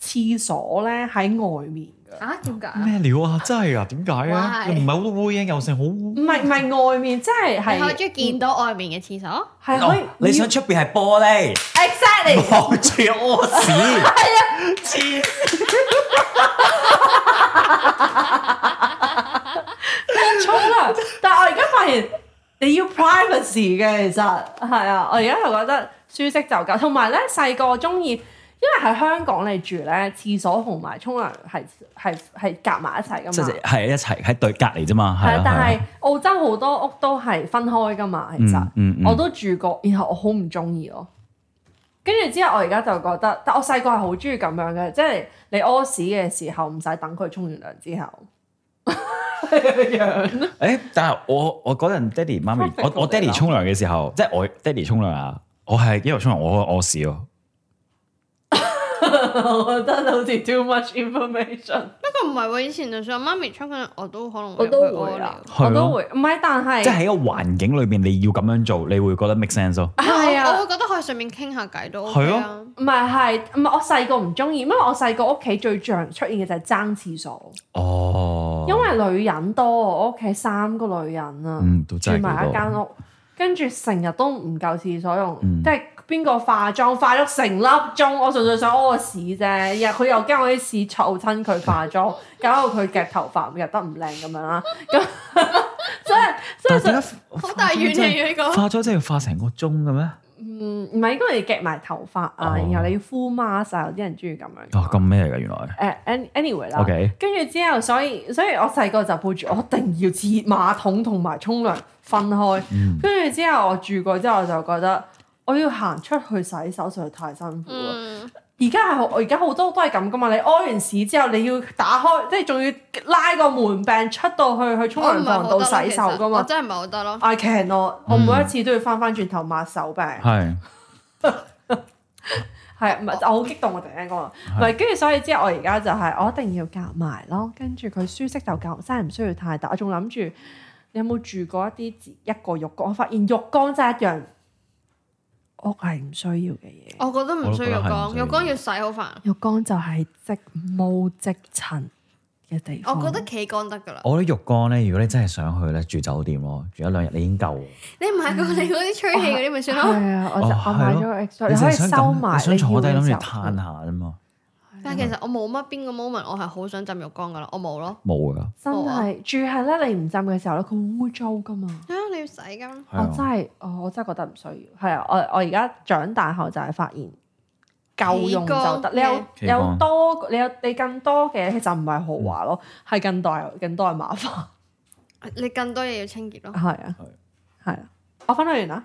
D: 誒廁所咧喺外面嘅，
C: <laughs> 啊？點解啊？
A: 咩料啊？真係啊？點解啊？
C: Why？
A: 唔係好多烏蠅又成好污
D: 唔係唔係外面，即係
C: 你好
D: 係
C: 中意見到外面嘅廁所？
D: 係可以
A: 哦。你想出邊係玻璃，
D: exactly
A: 望
D: <laughs>
A: 住屙屎，黐線
D: 錯啦！但係我而家發現你要 privacy 嘅，其實係啊，我而家就覺得舒適就夠。同埋咧，細個中意，因為喺香港你住咧，廁所同埋沖涼係係係夾埋一齊
A: 即
D: 噶嘛
A: 係。係一齊喺對隔離啫嘛，
D: 係
A: 係
D: 啊
A: 啊，
D: 但
A: 係
D: 係
A: 啊
D: 澳洲好多屋都係分開噶嘛，其實、
A: 嗯嗯嗯
D: 我都住過，然後我好唔中意咯。跟住之後，我而家就覺得，但我細個係好中意咁樣嘅，即係你屙屎嘅時候唔使等佢沖完涼之 <laughs> 後。
A: 誒，但係我我嗰陣爹哋媽咪，我我爹哋沖涼嘅時候，即係我爹哋沖涼啊，我係一路沖涼我屙屎咯，
D: 我覺得好似 too much information。
C: 不過唔係喎，以前就算我媽咪沖緊，我都可能
D: 我都
C: 會啊
D: 會
C: 去屙
D: 啦
A: 係
C: <laughs> 尿。，
A: 咯
D: 我都會，唔係，但
A: 即係
D: 係
A: 喺個環境裏邊你要咁樣做，你會覺得 make sense 咯。
D: 係
C: 我我
D: 啊，
C: 會覺得可以上面傾下偈都 OK
A: 係
C: 啊
A: 咯。
D: 唔係係唔係我細個唔中意，因為我細個屋企最常出現嘅就係爭廁所，
A: 哦，
D: 因為女人多，我屋企三個女人啊，
A: 嗯都
D: 住
A: 真係
D: 埋一
A: 幾
D: 間
A: 多
D: 屋，跟住成日都唔夠廁所用，
A: 嗯
D: 即係邊個化妝化咗成粒鐘，我純粹想屙屎啫，又佢又驚我啲屎臭親佢化妝，搞到佢夾頭髮夾得唔靚咁樣啦，咁真係
A: 但係
D: 真係想
A: 點解
C: 好大怨氣啊！呢個
A: 化妝真係要化成個鐘嘅咩？
D: 嗯，唔係應該你夾埋頭髮啊，
A: 哦
D: 然後你要 full mask 啊，有啲人中意咁樣。
A: 哦，咁咩嚟㗎？原來
D: 誒、any- anyway 啦
A: OK
D: 跟住之後，所以所以我細個就背住我一定要廁馬桶同埋沖涼分開。
A: 嗯
D: 跟住之後我住過之後，我就覺得我要行出去洗手，實在太辛苦啦。
C: 嗯，
D: 而家係好我而家好多都係咁噶嘛，你屙完屎之後，你要打開，即係仲要拉個門柄出到去去沖
C: 我
D: 涼
C: 唔係
D: 房
C: 好
D: 度
C: 得咯
D: 洗手噶
C: 其實我
D: 嘛。
C: 真係唔係好得咯。
D: I cannot，我每一次都要翻翻轉頭抹手柄。
A: 係
D: 係，唔係我好激動啊！突然間講話，唔係跟住所以之後，我而家就係我一定要夾埋咯，跟住佢舒適就夠，真係唔需要太大。我仲諗住你有冇住過一啲自一個浴缸？我發現浴缸真係一樣，屋係唔需要嘅嘢。
C: 我覺得唔需要浴
A: 我都
C: 缸，
A: 覺得係唔需
C: 浴
A: 要
C: 缸要洗好煩。
D: 浴缸就係積毛積塵嘅地方。
C: 我覺得企缸得㗎啦。
A: 我覺得浴缸咧，如果你真係想去咧，住酒店咯，住一兩日你已經夠。
C: 你唔係個你嗰啲吹氣嗰啲咪算咯。
D: 係啊，我就
A: 哦
D: 我買
A: 係
D: 咗
A: 咯
D: extra，你可以
A: 淨係想
D: 收
A: 咁
D: 埋。
A: 你想坐低
D: 你要
A: 諗
D: 嘅
A: 住
D: 時候
A: 攤下啫嘛，
C: 但係其實我冇乜邊個 moment 我係好想浸浴缸㗎啦，我冇咯。
A: 冇噶。
D: 真係住係咧，你唔浸嘅時候咧，佢會污糟噶嘛。
C: 啊，你要洗㗎嘛。
A: 係
D: 我真
A: 啊，
D: 係，哦我真係覺得唔需要。係啊，我我而家長大後就係發現夠用就得。
C: 幾個
D: 你有
A: 幾個
D: 有多，你有你更多嘅其實唔係豪華咯，係更大更多嘅麻煩。
C: 你更多嘢要清潔咯。
D: 係啊，係啊，我分享完啦，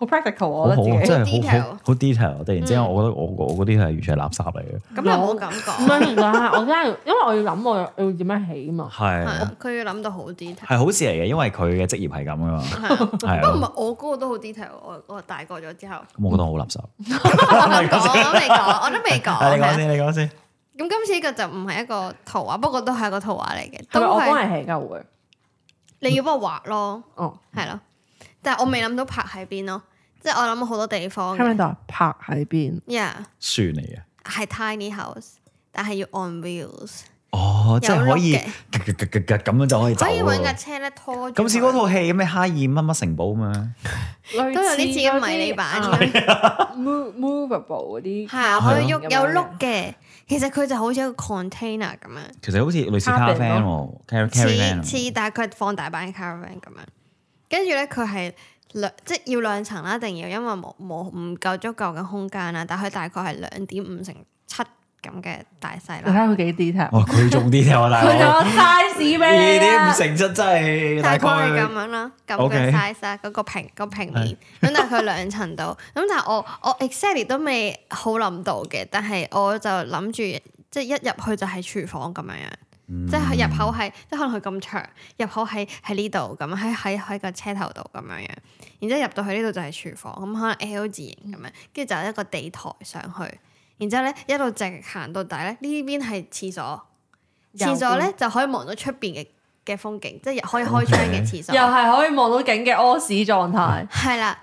D: 好
A: 好
D: practical 我
A: 好
D: 覺得
A: 啊
D: 自己。
A: 真
D: 嗯
A: 係好
C: detail
A: 好好 detail。突然之啊間，我覺得我我嗰啲係完全係垃圾嚟嘅。
C: 咁你唔好啊咁 <laughs>
D: 唔
C: 講。
D: 係唔係，我真係因為我要諗我要點樣起嘛。
C: 係
A: 係
C: 啊，佢要諗到好 detail。
A: 係好事嚟嘅，因為佢嘅職業係咁噶嘛。
C: 係啊。
A: 係
C: 不過唔
A: 啊，
C: 係我嗰個都好 detail，我我大個咗之後，
A: 咁我覺得好垃圾。
C: 我
D: <laughs>
C: 未講，我未講，我都未講。
A: <laughs> 係你
C: 係
A: 講
C: 啊
A: 先，你講先。
C: 咁今次呢個就唔係一個圖畫，不過都係一個圖畫嚟嘅，
D: 係
C: 都
D: 咪我幫
C: 係
D: 人起㗎會？
C: 你要幫我畫咯，
D: 哦，
C: 係咯。但係我未諗到拍喺邊咯，即係我諗好多地方
D: 聽唔聽
C: 嘅。
D: 到啊？拍喺邊？
C: Yeah，
A: 船嚟嘅，
C: 係 tiny house，但係要 on wheels，
A: 哦，即係可以
C: 有碌
A: 咁咁咁咁樣就可以走
C: 可以揾架
A: 喎。
C: 車咧拖住佢。
A: 咁似嗰套戲咩哈爾乜乜城堡咁樣，
D: 類
C: 都有啲自己
D: 似嗰
C: 迷你版
D: 啊
C: 咁樣，
D: move- movable 嗰啲
C: 係啊，可以喐
D: 係咯
C: 有碌嘅。其實佢就好似一個 container 咁樣。
A: 其實好似類似
D: 卡
A: car
D: 比咯
A: van 喎，car carry van
C: 似
A: 喎。
C: 似，但係佢係放大版 caravan 咁樣。跟住咧，佢係兩即係要兩層啦，一定要，因為冇冇唔夠足夠嘅空間啦。但係佢大概係兩點五乘七咁嘅大細
D: 你睇
C: 啦。
D: 下佢幾 detail，
A: 哇，佢仲啲啊，大
D: 佢仲
A: 佬，
D: 有 size
A: 二
D: 俾你
A: 點
D: 啊
A: 五成七真係
C: 大
A: 大
C: 概係
A: 概。
C: 咁樣啦，咁
A: OK
C: 嘅 size 啦，嗰個平個平面，咁但係佢兩層度，咁但係我我 exactly 都未好諗到嘅，但係我就諗住即係一入去就係廚房咁樣樣。即
A: 嗯
C: 係入口係，即係可能佢咁長，入口喺喺呢度咁，喺喺喺個車頭度咁樣樣，然之後入到去呢度就係廚房，咁可能 L 字形咁樣，跟住就有一個地台上去，然之後咧一路直行到底咧，呢邊係廁所，廁所咧就可以望到出邊嘅嘅風景，即係可以
A: 哦
C: 開窗嘅廁所
D: 又，係可以望到景嘅屙屎狀態。
A: 嗯
C: 係啦。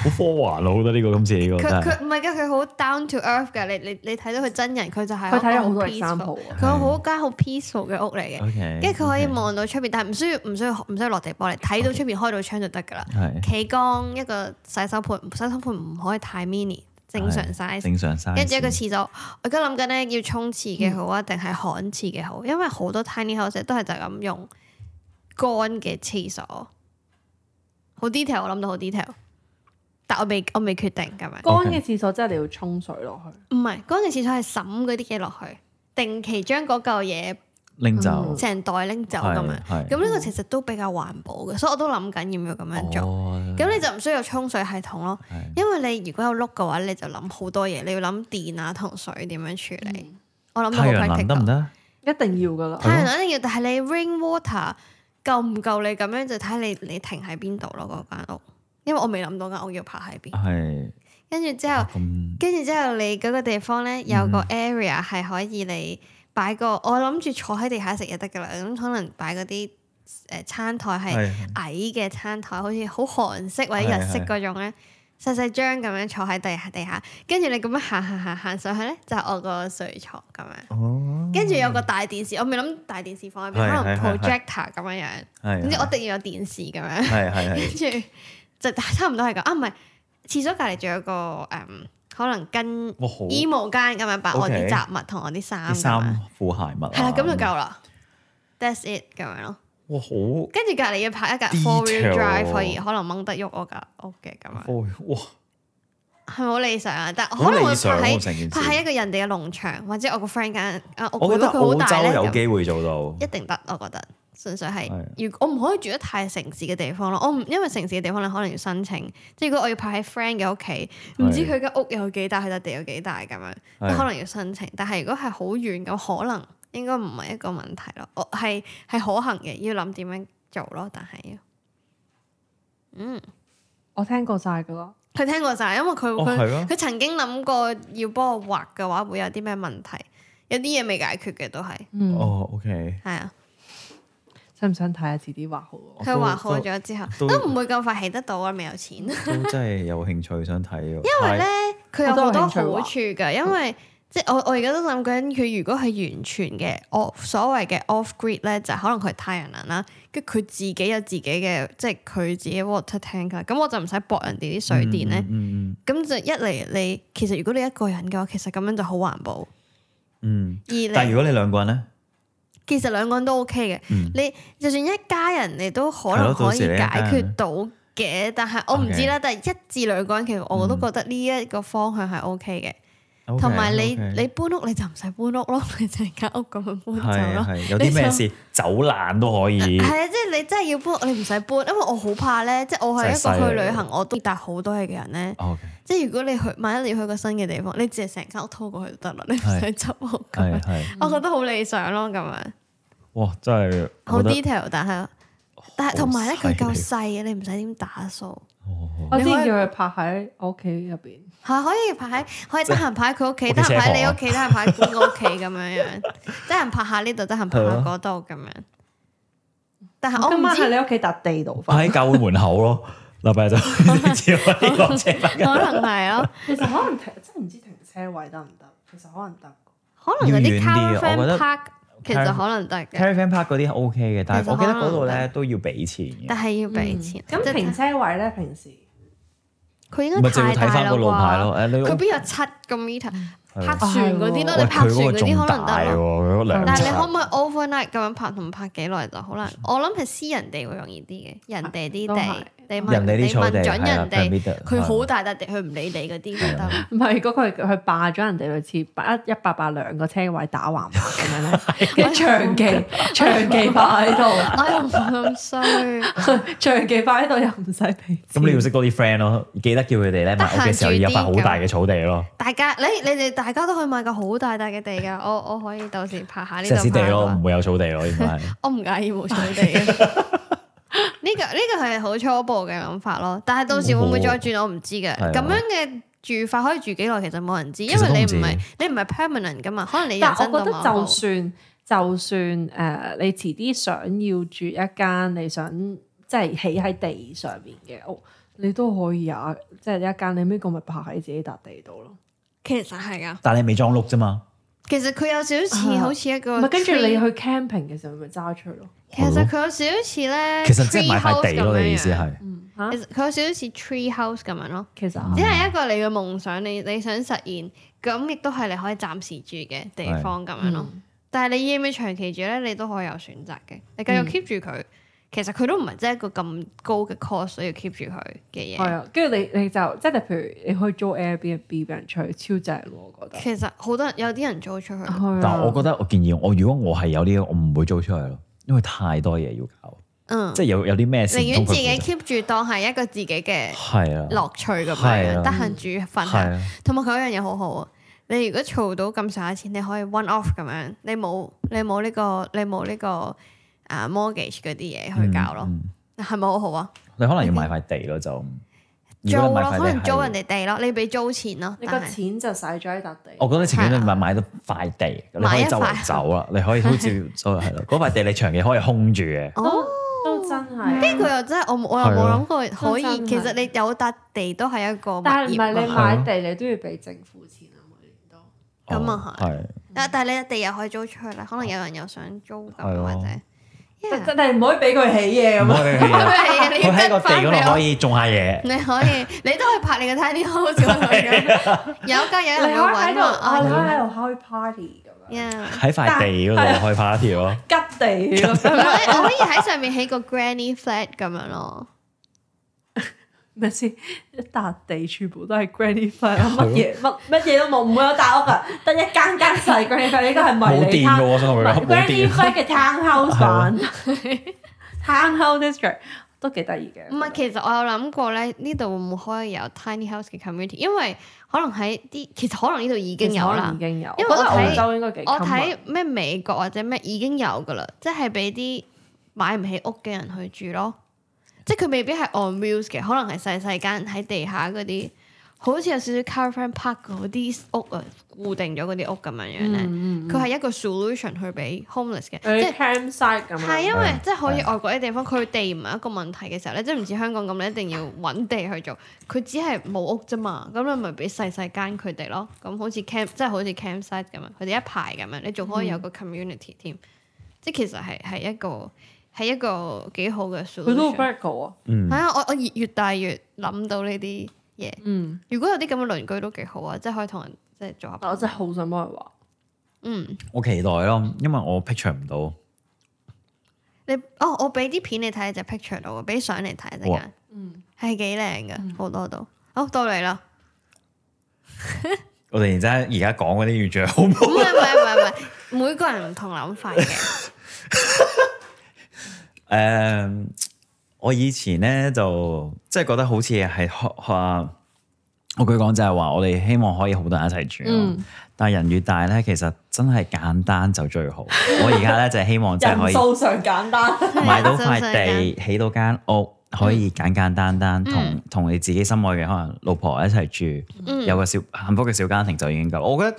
A: 好科幻啊！我覺得呢個今次呢個
C: 佢
A: 真係
C: 佢唔係㗎，佢好 down to earth 㗎。你你你睇到佢真人，佢就係
D: 佢睇咗
C: 咗
D: 好多 example 啊
C: 佢好間好 peaceful 嘅屋嚟嘅。
A: OK，
C: 跟住佢可以
A: OK，
C: 望到出邊，但係唔需要唔需要唔需要落地玻璃，睇到出邊開到窗就得㗎啦。
A: 係
C: 企缸一個洗手盆，洗手盆唔可以太 mini，正常 size。
A: 正常 size。嗯
C: 跟住一個廁所，我而家諗緊咧要沖廁嘅好啊，定係旱廁嘅好？因為好多 tiny house 都係就咁用乾嘅廁所，好 detail，我諗到好 detail，但我未我未決定咁樣。
D: 乾
A: OK
D: 嘅廁所真係你要沖水落去。
C: 唔係乾嘅廁所係抌嗰啲嘢落去，定期將嗰嚿嘢
A: 拎走，
C: 成袋拎走咁樣。
A: 嗯係
C: 咁呢個其實都比較環保嘅，所以我都諗緊要唔要咁樣做。
A: 哦
C: 咁你就唔需要沖水系統咯，
A: 係
C: 因為你如果有碌嘅話，你就諗好多嘢，你要諗電啊同水點樣處理。我諗到好
A: 嗯太陽能得唔
C: practical。
A: 得？
D: 一定要噶啦，
C: 太陽能一定要，但係你 rain water 夠唔夠你咁樣就睇你你停喺邊度咯嗰間屋，因為我未諗到間屋要泊喺邊。
A: 啊係
C: 跟住之後，
A: 咁
C: 跟住之後你嗰個地方咧有
A: 嗯
C: 個 area 係可以你擺個，我諗住坐喺地下食嘢得㗎啦，咁可能擺嗰啲誒餐台係。
A: 係
C: 矮嘅餐台，好似好韓式或者日式嗰種咧，細細張咁樣坐喺地下地下，跟住你咁樣行行行行上去咧，就係我個睡床咁樣。
A: 哦，
C: 跟住有個大電視，我未諗大電視放喺
A: 係
C: 邊，可能
A: 係係
C: projector 咁樣樣，
A: 係
C: 總之我一定要有電視咁樣。 <laughs>
A: 係係係
C: 跟住就差唔多係咁啊，唔係廁所隔離仲有個誒、嗯可能跟
A: 哇好
C: 衣帽間咁樣擺我啲
A: OK
C: 雜物同我啲衫
A: 啲
C: 咁樣，
A: 衫褲鞋襪啊
C: 係啦，咁就夠啦。That's it 咁樣咯。
A: 哇好
C: 跟住隔離要拍一架
A: Detail
C: four wheel drive 可以可能掹得喐我架屋嘅咁樣，
A: 哦哇
C: 係咪好理想啊？但
A: 好
C: 可能
A: 理
C: 會
A: 想
C: 拍
A: 喎
C: 喺
A: 成件
C: 拍喺一
A: 事，
C: 個人哋嘅農場或者我個 friend 間啊屋，
A: 我覺得
C: 如果佢好大
A: 澳
C: 咧，
A: 洲有
C: 咁
A: 機會做到
C: 一定得，我覺得。純粹係
A: 係，
C: 如我唔可以住得太城市嘅地方咯。我唔因為城市嘅地方你可能要申請，即係如果我要拍喺 friend 嘅屋企，唔知
A: 係
C: 佢間屋有幾大，佢笪地有幾大咁樣，
A: 係
C: 可能要申請。但係如果係好遠咁，可能應該唔係一個問題咯。我係係可行嘅，要諗點樣做咯。但係要嗯，
D: 我聽過晒噶啦。
C: 佢聽過晒，因為佢
A: 哦
C: 佢
A: 係咯
C: 佢曾經諗過要幫我畫嘅話，會有啲咩問題？有啲嘢未解決嘅都係
D: 嗯，
A: 哦 OK
C: 係啊。
D: 想唔想睇下遲啲畫好？啊
A: 我
C: 佢
A: 哦都
C: 畫好咗之後，
A: 都
C: 都唔會咁快起得到啊！未有錢，因
A: 都真係有興趣想睇喎，因
C: 為咧佢有
D: 我
C: 好
D: 都有
C: 多
D: 興趣
C: 好
D: 畫
C: 處㗎，因
A: 哦
C: 為即係我我而家都諗緊，佢如果係完全嘅 off 所謂嘅 off grid 咧，就可能佢係太陽能啦，跟住佢自己有自己嘅即係佢自己 water tank 啦，咁我就唔使駁人哋啲水
A: Ừ,
C: 電咧，
A: 嗯
C: 咁、就一嚟你其實如果你一個人嘅話，其實咁樣就好環保；
A: 嗯
C: 二
A: 嗯，但係
C: 嚟
A: 如果你兩個人咧，
C: 其實兩個人都 OK 嘅，
A: 嗯
C: 你就算一家人，你都可
A: 係咯
C: 能
A: 到
C: 可
A: 時
C: 以
A: 你一
C: 解
A: 家人
C: 決到嘅。但係我唔知啦，但係一至兩個人，其實我都
A: 嗯
C: 覺得呢一個方向係 OK 嘅。同埋你你搬屋你就唔使搬屋咯， <laughs> 你成間屋咁樣搬
A: 係
C: 走咯。
A: 係有啲咩
C: 你就
A: 事走難都可以，
C: 係啊，即係你真係要搬屋，你唔使搬，因為我好怕咧，即係我
A: 真係啊
C: 係一
A: 犀利
C: 個去旅行我都帶好多嘢嘅人咧。
A: OK
C: 即係如果你去，萬一你要去個新嘅地方，你只係成間屋拖過去就得啦，你唔
A: 係
C: 使執屋咁
A: 係啊
C: 樣。
A: 係。
C: 我覺得好理想咯，咁樣。
A: 哇！真係
C: 好
A: 我覺得
C: detail，但係但係同埋咧，
A: 好犀
C: 佢
A: 利
C: 夠細嘅，你唔使點打掃，
A: 哦
D: 我
C: 你
D: 之
C: 可
D: 前
C: 以
D: 叫佢拍喺我屋企入邊，
C: 係可以拍喺
A: <laughs>
C: 可以
A: 即
C: 得
A: 係
C: 閒拍喺佢屋企，
A: 屋
C: 得
A: 企
C: 閒拍
A: 車
C: 喺你
A: 房
C: 屋企，得閒拍喺管個屋企咁
A: <laughs>
C: 樣樣，得閒拍下呢度，得閒拍下
A: 係
C: 嗰度咁樣。但係
D: 我
C: 我
D: 今
C: 唔
D: 晚喺
C: 知，
D: 你屋企笪地度瞓。
A: 喺教會門口咯，禮拜就 <laughs> 只可 <laughs> 以
C: <laughs>
A: 落車翻
C: 可能係咯，
D: 其實可能停，真係唔知停車位得唔得？其實可能得。
C: 可能嗰
A: 要遠
C: 啲
A: 啲啊
C: car
A: 我覺
C: van
A: 得
C: park 其實可能得嘅，
A: Terry Fan Park 嗰啲係 OK 嘅，但係我記得嗰度咧都要俾錢嘅
C: 但。係要俾錢。即
D: 嗯咁
C: 係
D: 停車位咧，平時
C: 佢應
A: 咪
C: 該
A: 就要
C: 太
A: 睇
C: 大
A: 翻
C: 啦
A: 個路牌咯。
C: 啩？
A: 誒，你
C: 佢邊有七個 meter？
A: 係
C: 拍船嗰
D: 哦
C: 啲咯，
A: 喂
C: 你拍船
A: 佢嗰
C: 嗰
A: 個
C: 啲
A: 仲
C: 可能
A: 大
C: 得
A: 喎，
C: 咯。
A: 佢嗰兩
C: 但係
A: 層
C: 你可唔可以 overnight 咁樣拍同拍幾耐就好難？我諗係私人地會容易啲嘅，人哋啲
D: 都係
C: 地，你問
A: 人哋啲
C: 你
A: 草
C: 問
A: 地
C: 準
A: 係啦
C: 人哋，
A: ，perimeter，
C: 嗯佢
A: 係啊
C: 好大笪地，佢唔理你嗰啲就得。
D: 唔係嗰個係佢霸咗人哋類似八一一八八兩個車位打橫拍咁樣咧， <laughs> 跟住長
C: <laughs>
D: 期長期霸喺度， <laughs>
C: 我哎又唔咁衰，
D: 長期霸喺度又唔使俾錢。
A: 咁你要識多啲 friend 咯，記得叫佢哋咧買屋嘅時候要有塊好大嘅草地咯，
C: 大家你你哋大家都可以買個好大笪嘅地㗎，我我可以到時拍啊下呢
A: 石
C: 度
A: 屎地
C: 拍
A: 咯，
C: 下
A: 唔會有草地咯，應該
C: <laughs>
A: 係。
C: 我唔介意冇草
A: <laughs>
C: 地嘅。呢個呢個係好初步嘅諗法咯，但係到時會唔會再轉我唔知嘅。
A: 係啊
C: 咁樣嘅住法可以住幾耐其實冇人知，因
A: 其實
C: 為
A: 都
C: 你
A: 唔
C: 唔
A: 知
C: 係你唔係 permanent 噶嘛，可能你
D: 但
C: 人
D: 我
C: 生
D: 覺
C: 到
D: 得
C: 某
D: 就
C: 一步
D: 算就算誒、呃你遲啲想要住一間你想即係起喺地上面嘅屋，你都可以啊！即係一間你呢個咪拍喺自己笪地度咯。
C: 其實係噶，
A: 但係你未裝屋啫嘛，
C: 其實佢有少少似
D: 啊
C: 好似一個
D: 唔係跟住
C: tree-
D: 你去 camping 嘅時候，咪揸出去咯。
C: 其實佢有少少似咧，
A: 其實即係買塊
C: tree
A: 地
C: house 咁
A: 咯，
C: 樣
A: 你意思
C: 樣
A: 係？
D: 嗯嚇
C: 其，實佢有少少似 tree house 咁樣咯。
D: 其
A: 啊
D: 實
C: 只
D: 係
C: 係一個你嘅夢想，你你想實現，咁亦都係你可以暫時住嘅地方咁樣咯。
A: 嗯
C: 但係你要唔要長期住咧，你都可以有選擇嘅。你
A: 嗯
C: 繼續 keep 住佢，其實佢都唔係真係一個咁高嘅 cost 所以要 keep 住佢嘅
D: 係
C: 嘢。
D: 啊，跟住你你就即係譬如你可以租 Airbnb 俾人吹，超正喎！我覺得。
C: 其實好多人有啲人租出去，
D: 係
A: 但
D: 啊，
A: 我覺得我建議我如果我係有呢個，我唔會租出去咯，因為太多嘢要搞，
C: 嗯，
A: 即係有有啲咩事
C: 寧
A: 唔通佢負責
C: 願自己 keep 住當係一個自己嘅
A: 係啊，
C: 樂趣咁
A: 係
C: 樣，
A: 啊
C: 得閒煮瞓下
A: 係啊，
C: 同埋佢有一樣嘢好好啊！你如果儲到咁上下錢，你可以 one off 咁樣，你冇你冇呢、個你冇呢、個啊 mortgage 嗰啲嘢去搞咯，
A: 嗯嗯
C: 係咪好好啊？
A: 你可能要買塊地咯，就
C: 租
A: 如果
C: 咯
A: 你，買塊地
C: 啊可能租
A: 係
C: 人哋地咯，你俾租錢咯，
D: 你個
C: 但係
D: 錢就使咗喺笪地。
A: 我覺得情願你
C: 係
A: 買
C: 啊
A: 買到塊地，你可
C: 買
A: 以
C: 一
A: 周圍
C: 塊
A: 走啦，你可以好
C: <laughs>
A: 似所係咯，嗰塊地你長期可以空住嘅，
C: 哦，
D: 都真係。
C: 呢個又真係我冇我又
A: 係啊
C: 冇諗過可以，
D: 真係
C: 其實你有笪地都係一個物
D: 但係唔係
C: 業
D: 你
C: 咯
A: 嘛
D: 買地，你都要俾政府錢啊，每年都。
C: 咁
A: 哦
C: 啊係，但但係你地又可以租出去啦，可能有人又想租咁
A: 係咯
C: 或者
D: 真
C: Yeah，
D: 真係唔可以俾佢起嘢
A: 係唔
D: 咁啊！
A: 可以嘅
C: 係啊，你
A: 佢
C: <laughs> 要
A: 喺個地
C: 跟翻俾
A: 嗰度
C: 我
A: 可。以種下嘢，
C: 你可以，你都可以拍你嘅 tiny house 嗰度
D: <laughs>
C: 咁。有噶，有
D: 你
C: 人
D: 可
C: 有
D: 以
C: 揾
D: 喺度，
C: 我。
D: 啊你可以喺度開 party 咁樣，
C: 哦 Yeah
A: 喺塊地嗰度開 party 咯。
D: 吉地咁
A: <laughs>
C: 我
D: 樣
C: 可以我可以喺上面起個 granny flat 咁樣咯，
D: 咪先？一笪地全部都係 granny flat，乜嘢乜乜嘢都冇，唔會有大屋啊，得一間間細 granny flat，應該係
A: 冇
D: 迷你
A: 電嘅喎，我想同佢講冇
D: granny
A: 電。
D: flat 嘅 townhouse 版 townhouse district 都幾得意嘅。
C: 唔係其實我有諗過咧，呢度會唔會可以有 tiny house 嘅 community？因為可能喺啲其實可能呢度已經有
D: 其實可能
C: 啦
D: 已。經有，
C: 因為
D: 我覺
C: 我
D: 得
C: 睇
D: 澳洲應該幾啊
C: 我
D: common
C: 睇咩美國或者咩已經有噶啦，即係俾啲買唔起屋嘅人去住咯。即係佢未必係 on wheels 嘅，可能係細細間喺地下嗰啲，好似有少少 caravan park 嗰啲屋啊，固定咗嗰啲屋咁樣樣
D: 嗯
C: 咧。佢係一個 solution 去俾 homeless 嘅，
D: 有
C: 即
D: 啲
C: 係
D: campsite 咁
C: 係啊
D: 樣。
C: 因為
A: 嗯
C: 即係可以外國啲地方，佢地唔係一個問題嘅時候咧，即係唔似香港咁，你一定要揾地去做。佢只係冇屋啫嘛，咁你咪俾細細間佢哋咯。咁好似 camp 即係好似 campsite 咁樣，佢哋一排咁樣，你仲可以有
D: 嗯
C: 個 community 添。即係其實係係一個係一個幾好嘅 solution。
D: 佢都 b r a g 啊，
A: 嗯
C: 係，啊，我我越越大越諗到呢啲嘢。
D: 嗯，
C: 如果有啲咁嘅鄰居都幾好啊，即係可以同人即係做下
D: 但我哦真係好想幫佢話，
C: 嗯，
A: 我期待咯，因為我 picture 唔到。
C: 你哦，我俾啲片你睇就 picture 到，俾相你睇一陣
A: 哇
C: 間，
D: 嗯，
C: 係幾靚嘅，好多都。好到你啦，
A: 我突然之間而家講嗰啲完全係好冇。
C: 唔係唔係唔係唔係，每個人唔同諗法嘅，
A: 誒，呃我以前咧就即係覺得好似係學啊，我佢講就係話我哋希望可以好多人一齊住咯。
D: 嗯
A: 但係人越大咧，其實真係簡單就最
D: <laughs>
A: 好。我而家咧就係希望即係可
D: 人
A: 以。
D: 數啊上簡單。
A: 買到塊地，起到間屋，可
D: 嗯
A: 以簡簡單單同同你自己心愛嘅可能老婆一齊
D: 嗯
A: 住，有個小幸福嘅小家庭就已經夠。我覺得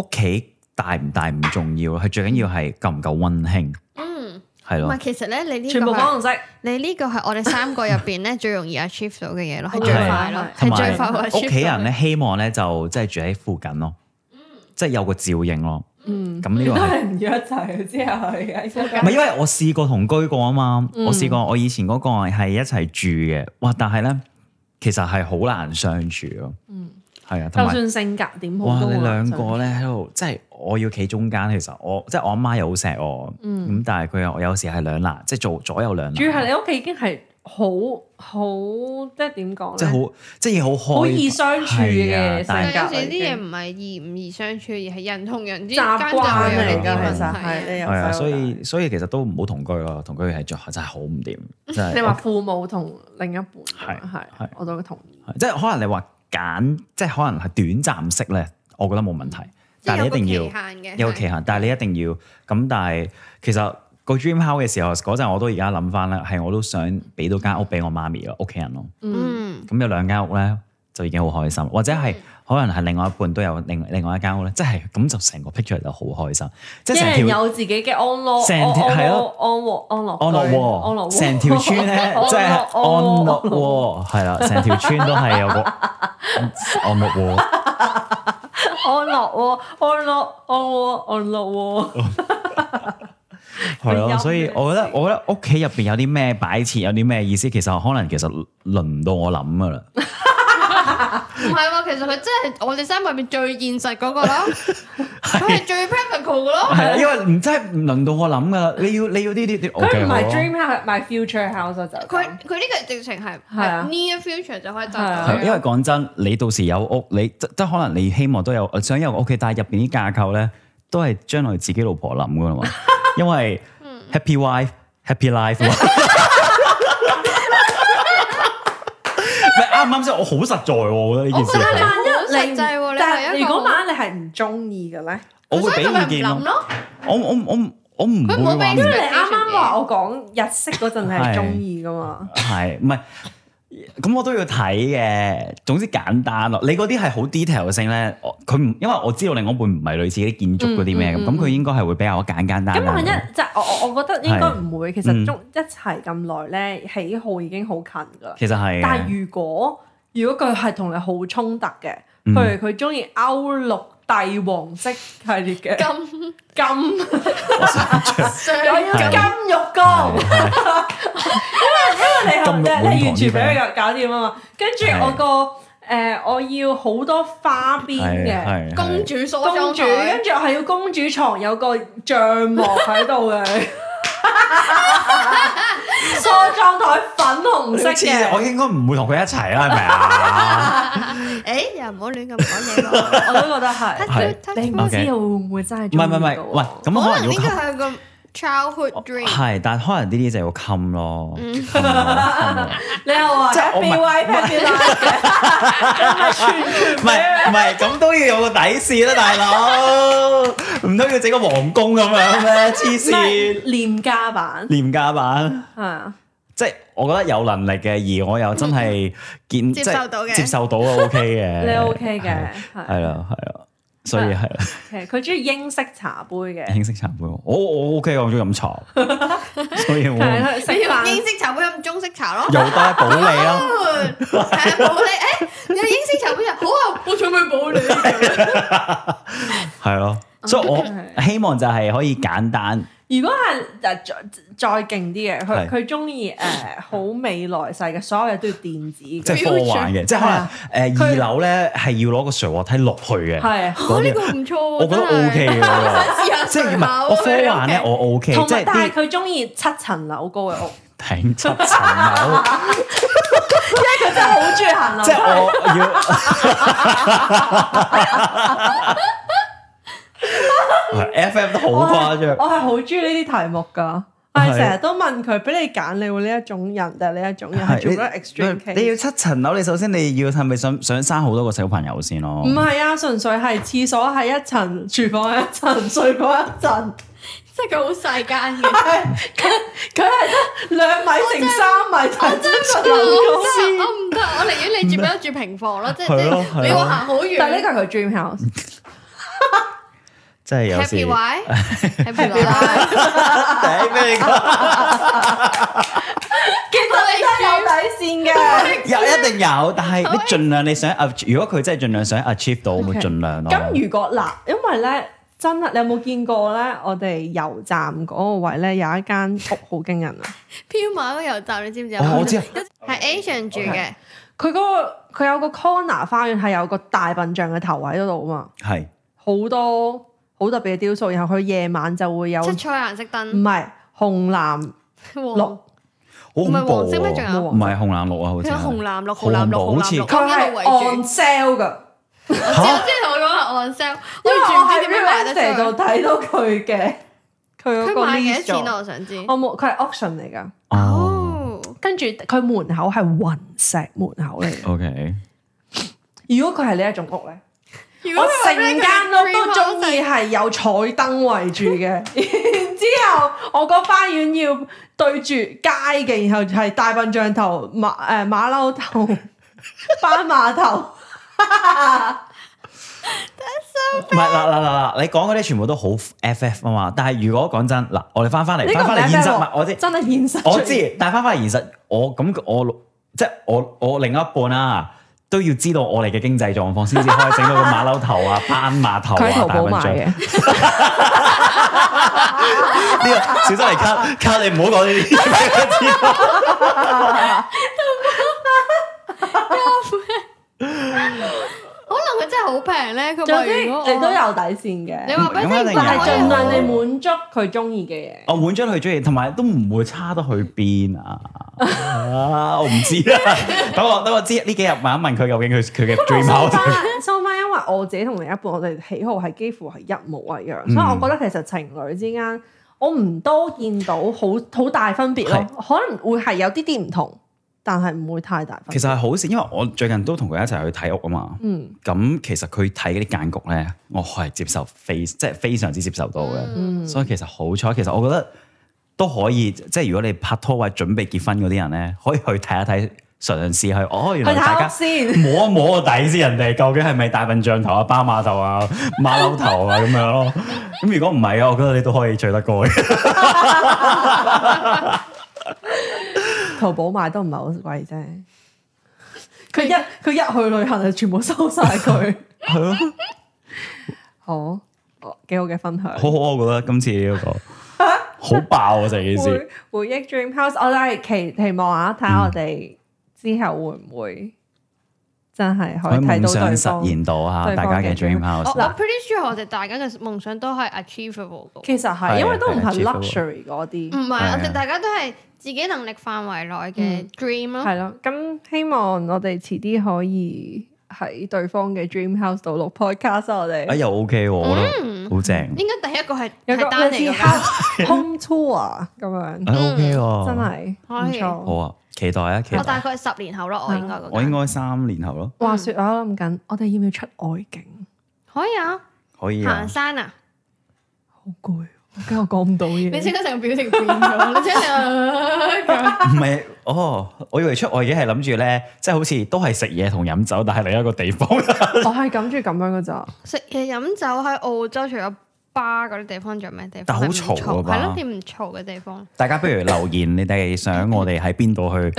A: 屋企大唔大唔重要咯，係最緊要係夠唔夠温馨，
C: 嗯，
A: 係
C: 唔
A: 咯
C: 係。其實咧，你呢
D: 全
C: 個
D: 部
C: 係
D: 講紅色，
C: 你呢個係我哋三個入邊咧最容易 achieve 到嘅嘢咯，係
D: 係
C: 最快咯，
A: 同
C: 係
A: 埋
D: 啊
C: 最快會 achieve
A: 屋企人
C: 到
A: 咧希望咧就即係住喺附近咯，即係有個照應咯。
D: 嗯，
A: 咁呢個
D: 都
A: 係
D: 係唔約齊之後係啊， <laughs>
A: 唔係因為我試過同居過啊嘛，
D: 嗯
A: 我試過我以前嗰個係一齊住嘅，哇！但係咧其實係好難相處咯，嗯，係啊，同
D: 就
A: 埋。
D: 算性格點好啊
A: 哇！
D: 都
A: 你
D: 好難
A: 兩
D: 相處
A: 個咧喺度，即係我要企中間。其實我即係我阿媽又好錫我，咁、但係佢又有時係兩難，即係做左右兩
D: 嗯主要
A: 難，
D: 係你屋企已經係好好，即係點講
A: 即係
D: 咧？
A: 好即係好開，
D: 好易相處嘅
A: 係啊但係
D: 性格
C: 有時
D: 嚟
C: 啲嘢
D: 嘅
C: 唔係易唔易相處，而係人同人之間
D: 習
C: 就
D: 慣
C: 會有
D: 嚟
C: 呢啲
D: 㗎，
A: 㗎
C: 問
D: 其實係
C: 題。
D: 你由
A: 係啊，
D: 細
A: 所
D: 到大
A: 以所以其實都唔好同居咯，同居係真係好唔
C: <laughs>
A: 掂，真
D: 你話
A: 係
D: 父母同另一半啊
A: 係
D: 係
A: 係
D: 我都同意。
A: 即係可能你話揀，即係可能係短暫式咧，我覺得冇問題，
C: 嗯即係
A: 但係你
C: 有個
A: 一定要
C: 期。限嘅，
A: 有個期限，但係你一定要咁。但係其實個 dream house 嘅時候嗰陣，我都而家諗翻咧，係我都想俾到間屋俾我媽咪咯，屋企人咯。
C: 嗯，
A: 咁有兩間屋咧，就已經好開心，或者係可能係另外一半都有另另外一間屋咧，即係咁就成個 picture 就好開心，即係
D: 一
A: 成
D: 人
A: 條
D: 有自己嘅安樂，
A: 成
D: 安
A: 條係咯
D: 安樂安樂
A: 安樂
D: 居安
A: 喎，
D: 樂窩
A: 成條村
D: <laughs>
A: 咧即係安樂喎，係啦，成條村都係有個安樂喎。
D: 安樂窩安樂安樂安樂窩。
A: 係
D: 佢
A: 咯，
D: 有
A: 所以
D: 嘅
A: 我覺得
D: 事
A: 我覺得屋企入邊有啲咩擺設，有啲咩意思，其實可能其實輪唔到我諗噶啦。
C: 唔係喎，其實佢真係我哋三個入面最現實嗰個咯，佢係最 practical 嘅咯。
A: 係啊啦，因為唔真係唔輪到我諗噶啦。你要你要啊呢啲啲，我
D: 佢唔係
A: 嘅
D: dream house，係 future house 啊就
C: 佢
D: 咁
C: 佢呢個直情係
D: 係啊
C: 係 near future 就可以就
D: 係啊
A: 係因為講真，你到時有屋，你即即可能你希望都有想有個屋企，但係入邊啲架構咧，都係將來自己老婆諗噶
C: <laughs>
A: 啦嘛。因為
C: 嗯
A: happy wife happy life
C: <laughs>
A: 嘛。 <laughs> 咪啱唔啱先？我好實在喎，我覺得呢件事
C: 我覺得
A: 係。
C: 萬一
D: 你
C: 實際喎，你
D: 但
C: 係一
D: 係如
C: 個
D: 果萬一你係唔中意嘅咧，
A: 我會
C: 所
A: 俾
C: 以佢咪
A: 意
C: 唔
A: 見咯
C: 諗咯，
A: 我我我唔我唔
C: 佢唔好
A: 會話
C: 俾
A: 唔
C: 出
D: 因為
C: 嚟
D: 你啱啱話我講日式嗰陣係
A: 係
D: 中意噶嘛。
A: 係唔係？咁我都要睇嘅。總之簡單咯。你嗰啲係好 detail 性咧，我佢唔因為我知道另一半唔係類似啲建築嗰啲
C: 嗯
A: 咩咁，咁佢應該係會比較簡簡單單。
D: 咁萬一即係我我我覺得應該唔會，其
A: 嗯
D: 實中一齊咁耐咧，喜好已經好近噶啦。
A: 其實係嘅，
D: 但係如果如果佢係同你好衝突嘅，譬
A: 嗯
D: 如佢中意歐陸帝王式系列嘅
C: 咁
D: 金，我
C: 傷
D: 要
A: 係啊
D: 金浴缸，
A: <laughs>
C: 哦
A: 係啊係
D: 因為你
A: 啊金
D: 係
A: 玉滿堂
D: 你完全俾
A: 啲咩
D: 佢搞掂啊嘛。跟住我個誒，我要好多花邊
A: 係啊
D: 嘅。
A: 係
C: 哦公主梳妝
D: 公主，
A: <laughs>
C: 台
D: 跟住我係要公主床有個帳幕喺度嘅，
A: <laughs>
D: 梳妝台粉紅色
A: 黐線
D: 嘅，
A: 我應該唔會同佢一齊啦，係咪
C: <laughs>
A: 啊？
C: 誒又唔好亂咁講嘢喎。
D: 我都覺得係。
A: 係
C: 佢
D: 你唔
A: OK
D: 知會唔會真係
A: 唔
D: 中
A: 係
D: 意啊
A: 唔係唔
D: 㗎
A: 係，
D: 喎
A: 喂，咁可
C: 可
A: 能
C: 能
A: 要
C: 應該
A: come-
C: 係個 childhood dream。
A: 係，但係可能呢啲就要冚咯。come
C: 嗯
A: 咯
D: 你又話
A: 即係我唔
D: happy
A: 係
D: wife happy life
A: 唔係唔係，咁都要有個底線啦，大 <laughs> 佬，唔通要整個皇宮咁樣咩？黐
D: 唔係
A: 線，
D: 廉價版，
A: 廉價版，
D: 係啊，
A: 即係我覺得有能力嘅，而我又真係見
C: 接
A: 即係
C: 受到嘅
A: 接受到啊，OK 嘅，
D: <laughs> 你 OK 嘅
A: 係，
D: 係
A: 係啦係啦，所以係啦
D: OK，佢中意英式茶杯嘅，
A: 英式茶杯，我我 OK，我中啊意飲茶，所以我
D: 係佢食
C: 你用
D: 飯
C: 英式茶杯飲中式茶咯。
A: 又得保你
C: <laughs>
A: 啦，
C: 係啊，冇你誒，你有英式茶杯就好啊，我準備保你。
A: 係咯，所以我希望就係可以簡單，
D: 如果係嗱再再勁啲嘅，
A: 係
D: 佢佢中意誒好未來世嘅，所有嘢都要電子
A: 即
D: 嘅，
A: 係科幻嘅，即係可
D: 係啊
A: 能誒
D: 佢
A: 二樓咧係要攞個垂滑梯落去嘅。
D: 係啊。
C: 哦，呢個唔錯喎，
A: 我覺得
C: 真係
A: OK 嘅
C: 我
A: <laughs>
C: 想
A: 喎，
C: 試下
A: 即係唔係
C: 口
A: 我科幻咧，我 OK，
D: 同
A: 即
D: 埋
A: 係
D: 但係
A: 啲
D: 佢中意七層樓高嘅屋，
A: 挺七層 <laughs> 樓，
D: 即係佢真係好中意行樓
A: 即係
D: 梯。
A: 我要 <laughs> FM 都好誇張
D: 我，係好中意呢啲題目㗎，但係成日都問佢，俾你揀，你會呢一種人定係呢一種人，係做咗 extreme
A: 你你要
D: case。
A: 七層樓，你首先你要係咪想想生好多個小朋友先咯？
D: 唔係啊，純粹係廁所係一層，廚房係一層， <laughs> 睡房一層，
C: 即係佢好細間嘅。
D: 佢係得兩米乘三米大七
C: 我
D: 層
C: 真係
D: 樓高。
C: 我唔得，我寧願你住俾我住平房咯，即係
A: 係咯
C: 你
A: 係
C: 要
A: 咯
C: 行好遠。
D: 但係呢個係佢 dream
C: <laughs>
D: house，
A: 即係有時
C: Happy Wife，Happy Wife，
A: 頂俾你講
D: 其
C: 啊
D: 實你真係有底線
C: <laughs>
D: 嘅。
A: <laughs> 有一定有，但係你盡量你想 ach- 如果佢真係盡量想 achieve 到，咪盡量咯。
D: 咁如果嗱，因為咧真係你有冇見過咧？我哋油站嗰個位咧有一間屋好驚人啊！
C: 飄馬嗰油站你知唔知啊？
A: 哦我知啊
C: 係 Asian 住嘅，
D: 佢嗰、個佢有個 corner 花園係有個大笨象嘅頭位嗰度啊嘛，
A: 係
D: 好多好特別嘅雕塑，然後佢夜晚就會有
C: 七
D: 唔
C: 彩顏色燈，
D: 係紅藍
C: 黃
D: 綠。
A: 好恐
C: 唔
A: 怖
C: 係黃色咩仲
A: 喎，
C: 有
A: 唔係紅藍綠啊，好似
C: 佢有紅
A: 係
C: 藍
A: 紅藍
C: 綠，紅藍
A: 綠
C: 綠，紅
A: 好似
C: 藍綠，
D: 佢係
C: 一路圍
D: on
C: 住。
D: sale 噶，
C: 我知我知同我講係 on sale，我
D: 因為
C: 完
D: 我
C: 全
D: 喺
C: 唔知點樣
D: Real
C: 賣得出
D: Estate
C: 去。
D: 度睇到佢嘅佢嗰
C: 佢
D: 個
C: 賣幾
D: list
C: 多錢啊？
D: 咗
C: 我想知。
D: 我冇，佢係 auction 嚟㗎。
A: 哦
C: 哦，
D: 跟住佢門口係雲石門口嚟嘅。
A: ，OK，
D: 如果佢係呢一種屋咧，
C: 如
D: 我
C: 果佢
D: 成
C: 話俾你
D: 間
C: 聽
D: 屋都中意
C: Dream House
D: 係有彩燈圍住 <laughs> 嘅。然之後我個花園要對住街嘅，然後係大笨象頭、馬誒馬騮 <laughs> 頭、斑馬頭。
A: 唔係嗱嗱嗱嗱，你講嗰啲全部都好 FF 啊嘛，但係如果講真嗱，我哋翻翻
D: 呢
A: 嚟
D: 個
A: 翻
D: 唔
A: 翻
D: 係
A: 嚟現實，唔
D: FF
A: 係我知。
D: 真係現實出現。
A: 我知，但係翻返嚟現實，我咁我即係我我另一半啊，都要知道我哋嘅經濟狀況，先至可以整到個馬騮頭啊、斑馬頭
D: 佢喺
A: 啊、
D: 淘
A: 大
D: 寶
A: 笨
D: 買
A: 象。
D: 嘅
A: 呢。個小心嚟卡卡，你唔好講呢啲嘢。
C: 可能佢真係好平咧，佢
D: 總
C: 話
D: 之
C: 如果我
D: <laughs> 你都有底線嘅，
C: 你話俾
A: 咁一定有
C: 佢
D: 但
C: 聽，
D: 係盡量你
A: 冇
D: 滿足佢中意嘅嘢。
A: 我滿哦足佢中意，同埋都唔會差得去邊啊！ <laughs> 啊我唔知啦， <laughs> 等我等我知呢幾日問一問佢究竟佢
D: <laughs>
A: 佢嘅 dream house
D: 收翻，因為我自己同另一半，我哋喜好係幾乎係一模一樣，
A: 嗯
D: 所以我覺得其實情侶之間，我唔多見到好好大分別咯，可能會係有啲啲唔同，但係唔會太大分
A: 其
D: 別。
A: 實係好事，因為我最近都同佢一齊去睇屋啊嘛。
D: 嗯
A: 咁其實佢睇嗰啲間局咧，我係接受非即係非常之接受到嘅，
D: 嗯，
A: 所以其實好彩。其實我覺得都可以，即係如果你拍拖或者準備結婚嗰啲人咧，可以去睇一睇，嘗試去哦，原
D: 去
A: 來大
D: 睇屋
A: 家
D: <laughs> 先。
A: 摸一摸個底先，人哋究竟係咪大笨象頭啊、巴馬頭啊、馬騮頭啊咁樣咯。咁如果唔係嘅，我覺得你都可以聚得過嘅。
D: 淘寶買都唔係好貴啫。佢一佢一去旅行就全部收晒佢。
A: 係咯，
D: 好，哦幾好嘅分享。
A: 好好，我覺得今次呢、個好爆啊！成件
D: 回
A: 事
D: 回憶 Dream House，我都係期期望下，睇下我哋之後會唔會真係可以
A: 喺
D: 睇
A: 夢
D: 到
A: 想
D: 對
A: 實
D: 方。
A: 現到啊，
D: 對
A: 大
D: 方
A: 家嘅
D: 嘅
A: dream
D: dream
A: house
C: 我。我 pretty sure 我哋大家嘅夢想都係 achievable 嘅。
D: 其實係，因為都唔係
A: 係啊
D: luxury 嗰啲
C: 唔，係，
A: 係啊
C: 我哋大家都係自己能力範圍內嘅 dream 咯。
D: 係咯。咁希望我哋遲啲可以喺對方嘅 Dream House 度錄 podcast 啊我
A: 啊
D: 哋
A: 又 OK 喎，我覺
C: 嗯
A: 得好正，
C: 應該第一個係
D: 有個
C: 係單
D: 類
C: 嚟嘅
D: 似
C: 咩，
D: house- home tour 咁樣，
A: 啊 OK 喎，
D: 真係
C: 可以
D: 唔
A: 好
D: 錯。
A: 啊，期待啊，期
C: 我大
A: 待。
C: 概十年後咯，我應該嗰間
A: 我應該三年後咯，
D: 話說我諗緊，我哋要唔要出外景？
C: 可以啊，
A: 可以啊
C: 行，山啊！
D: 好攰，我驚我講唔到嘢。
C: 你即刻成個表情變咗， <laughs> 你即刻成個
A: 唔係哦，我以為出外景係諗住咧，即係好似都係食嘢同飲酒，但係另一個地方。
D: 我係諗住咁樣噶咋。
C: 食嘢飲酒喺澳洲，除咗巴嗰啲地方，仲有咩地方？
A: 但好
C: 係唔
A: 嘈啊吧
C: 係咯，啲唔嘈嘅地方。
A: 大家不如留言，你哋想我哋喺邊度
C: <laughs>
A: 去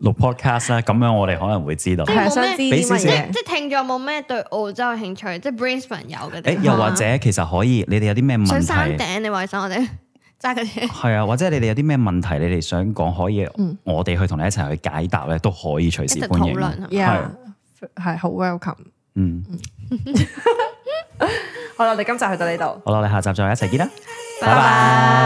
A: 錄 podcast 啊啦，咁樣我哋可能會知道。
C: 係
D: 係
C: 啊
D: 啊，
C: 想
D: 想
C: 知
D: 知
A: 啲乜
D: 啲乜
A: 嘢
C: 即
A: 係
D: 嘢？
C: 即聽咗冇咩對澳洲嘅興趣，即 Brisbane 有嘅地
A: 誒，
C: 方。啊
A: 又或者其實可以，你哋有啲咩
C: 上山
A: 問題？
C: 頂，你話想我哋 <laughs> 揸架車。
A: 係啊，或者你哋有啲咩問題，你哋想講可以
D: 嗯，
A: 我哋去同你一齊去解答咧，都可以隨
C: 一
A: 時
C: 直
A: 歡
C: 討
A: 迎
C: 論啊
A: 咯。
C: 係咪？
D: Yeah，係好 welcome。
A: 嗯，
D: 好啦，我哋今集去到呢度。
A: 好啦，我哋下集再一齊見啦，
C: 拜拜。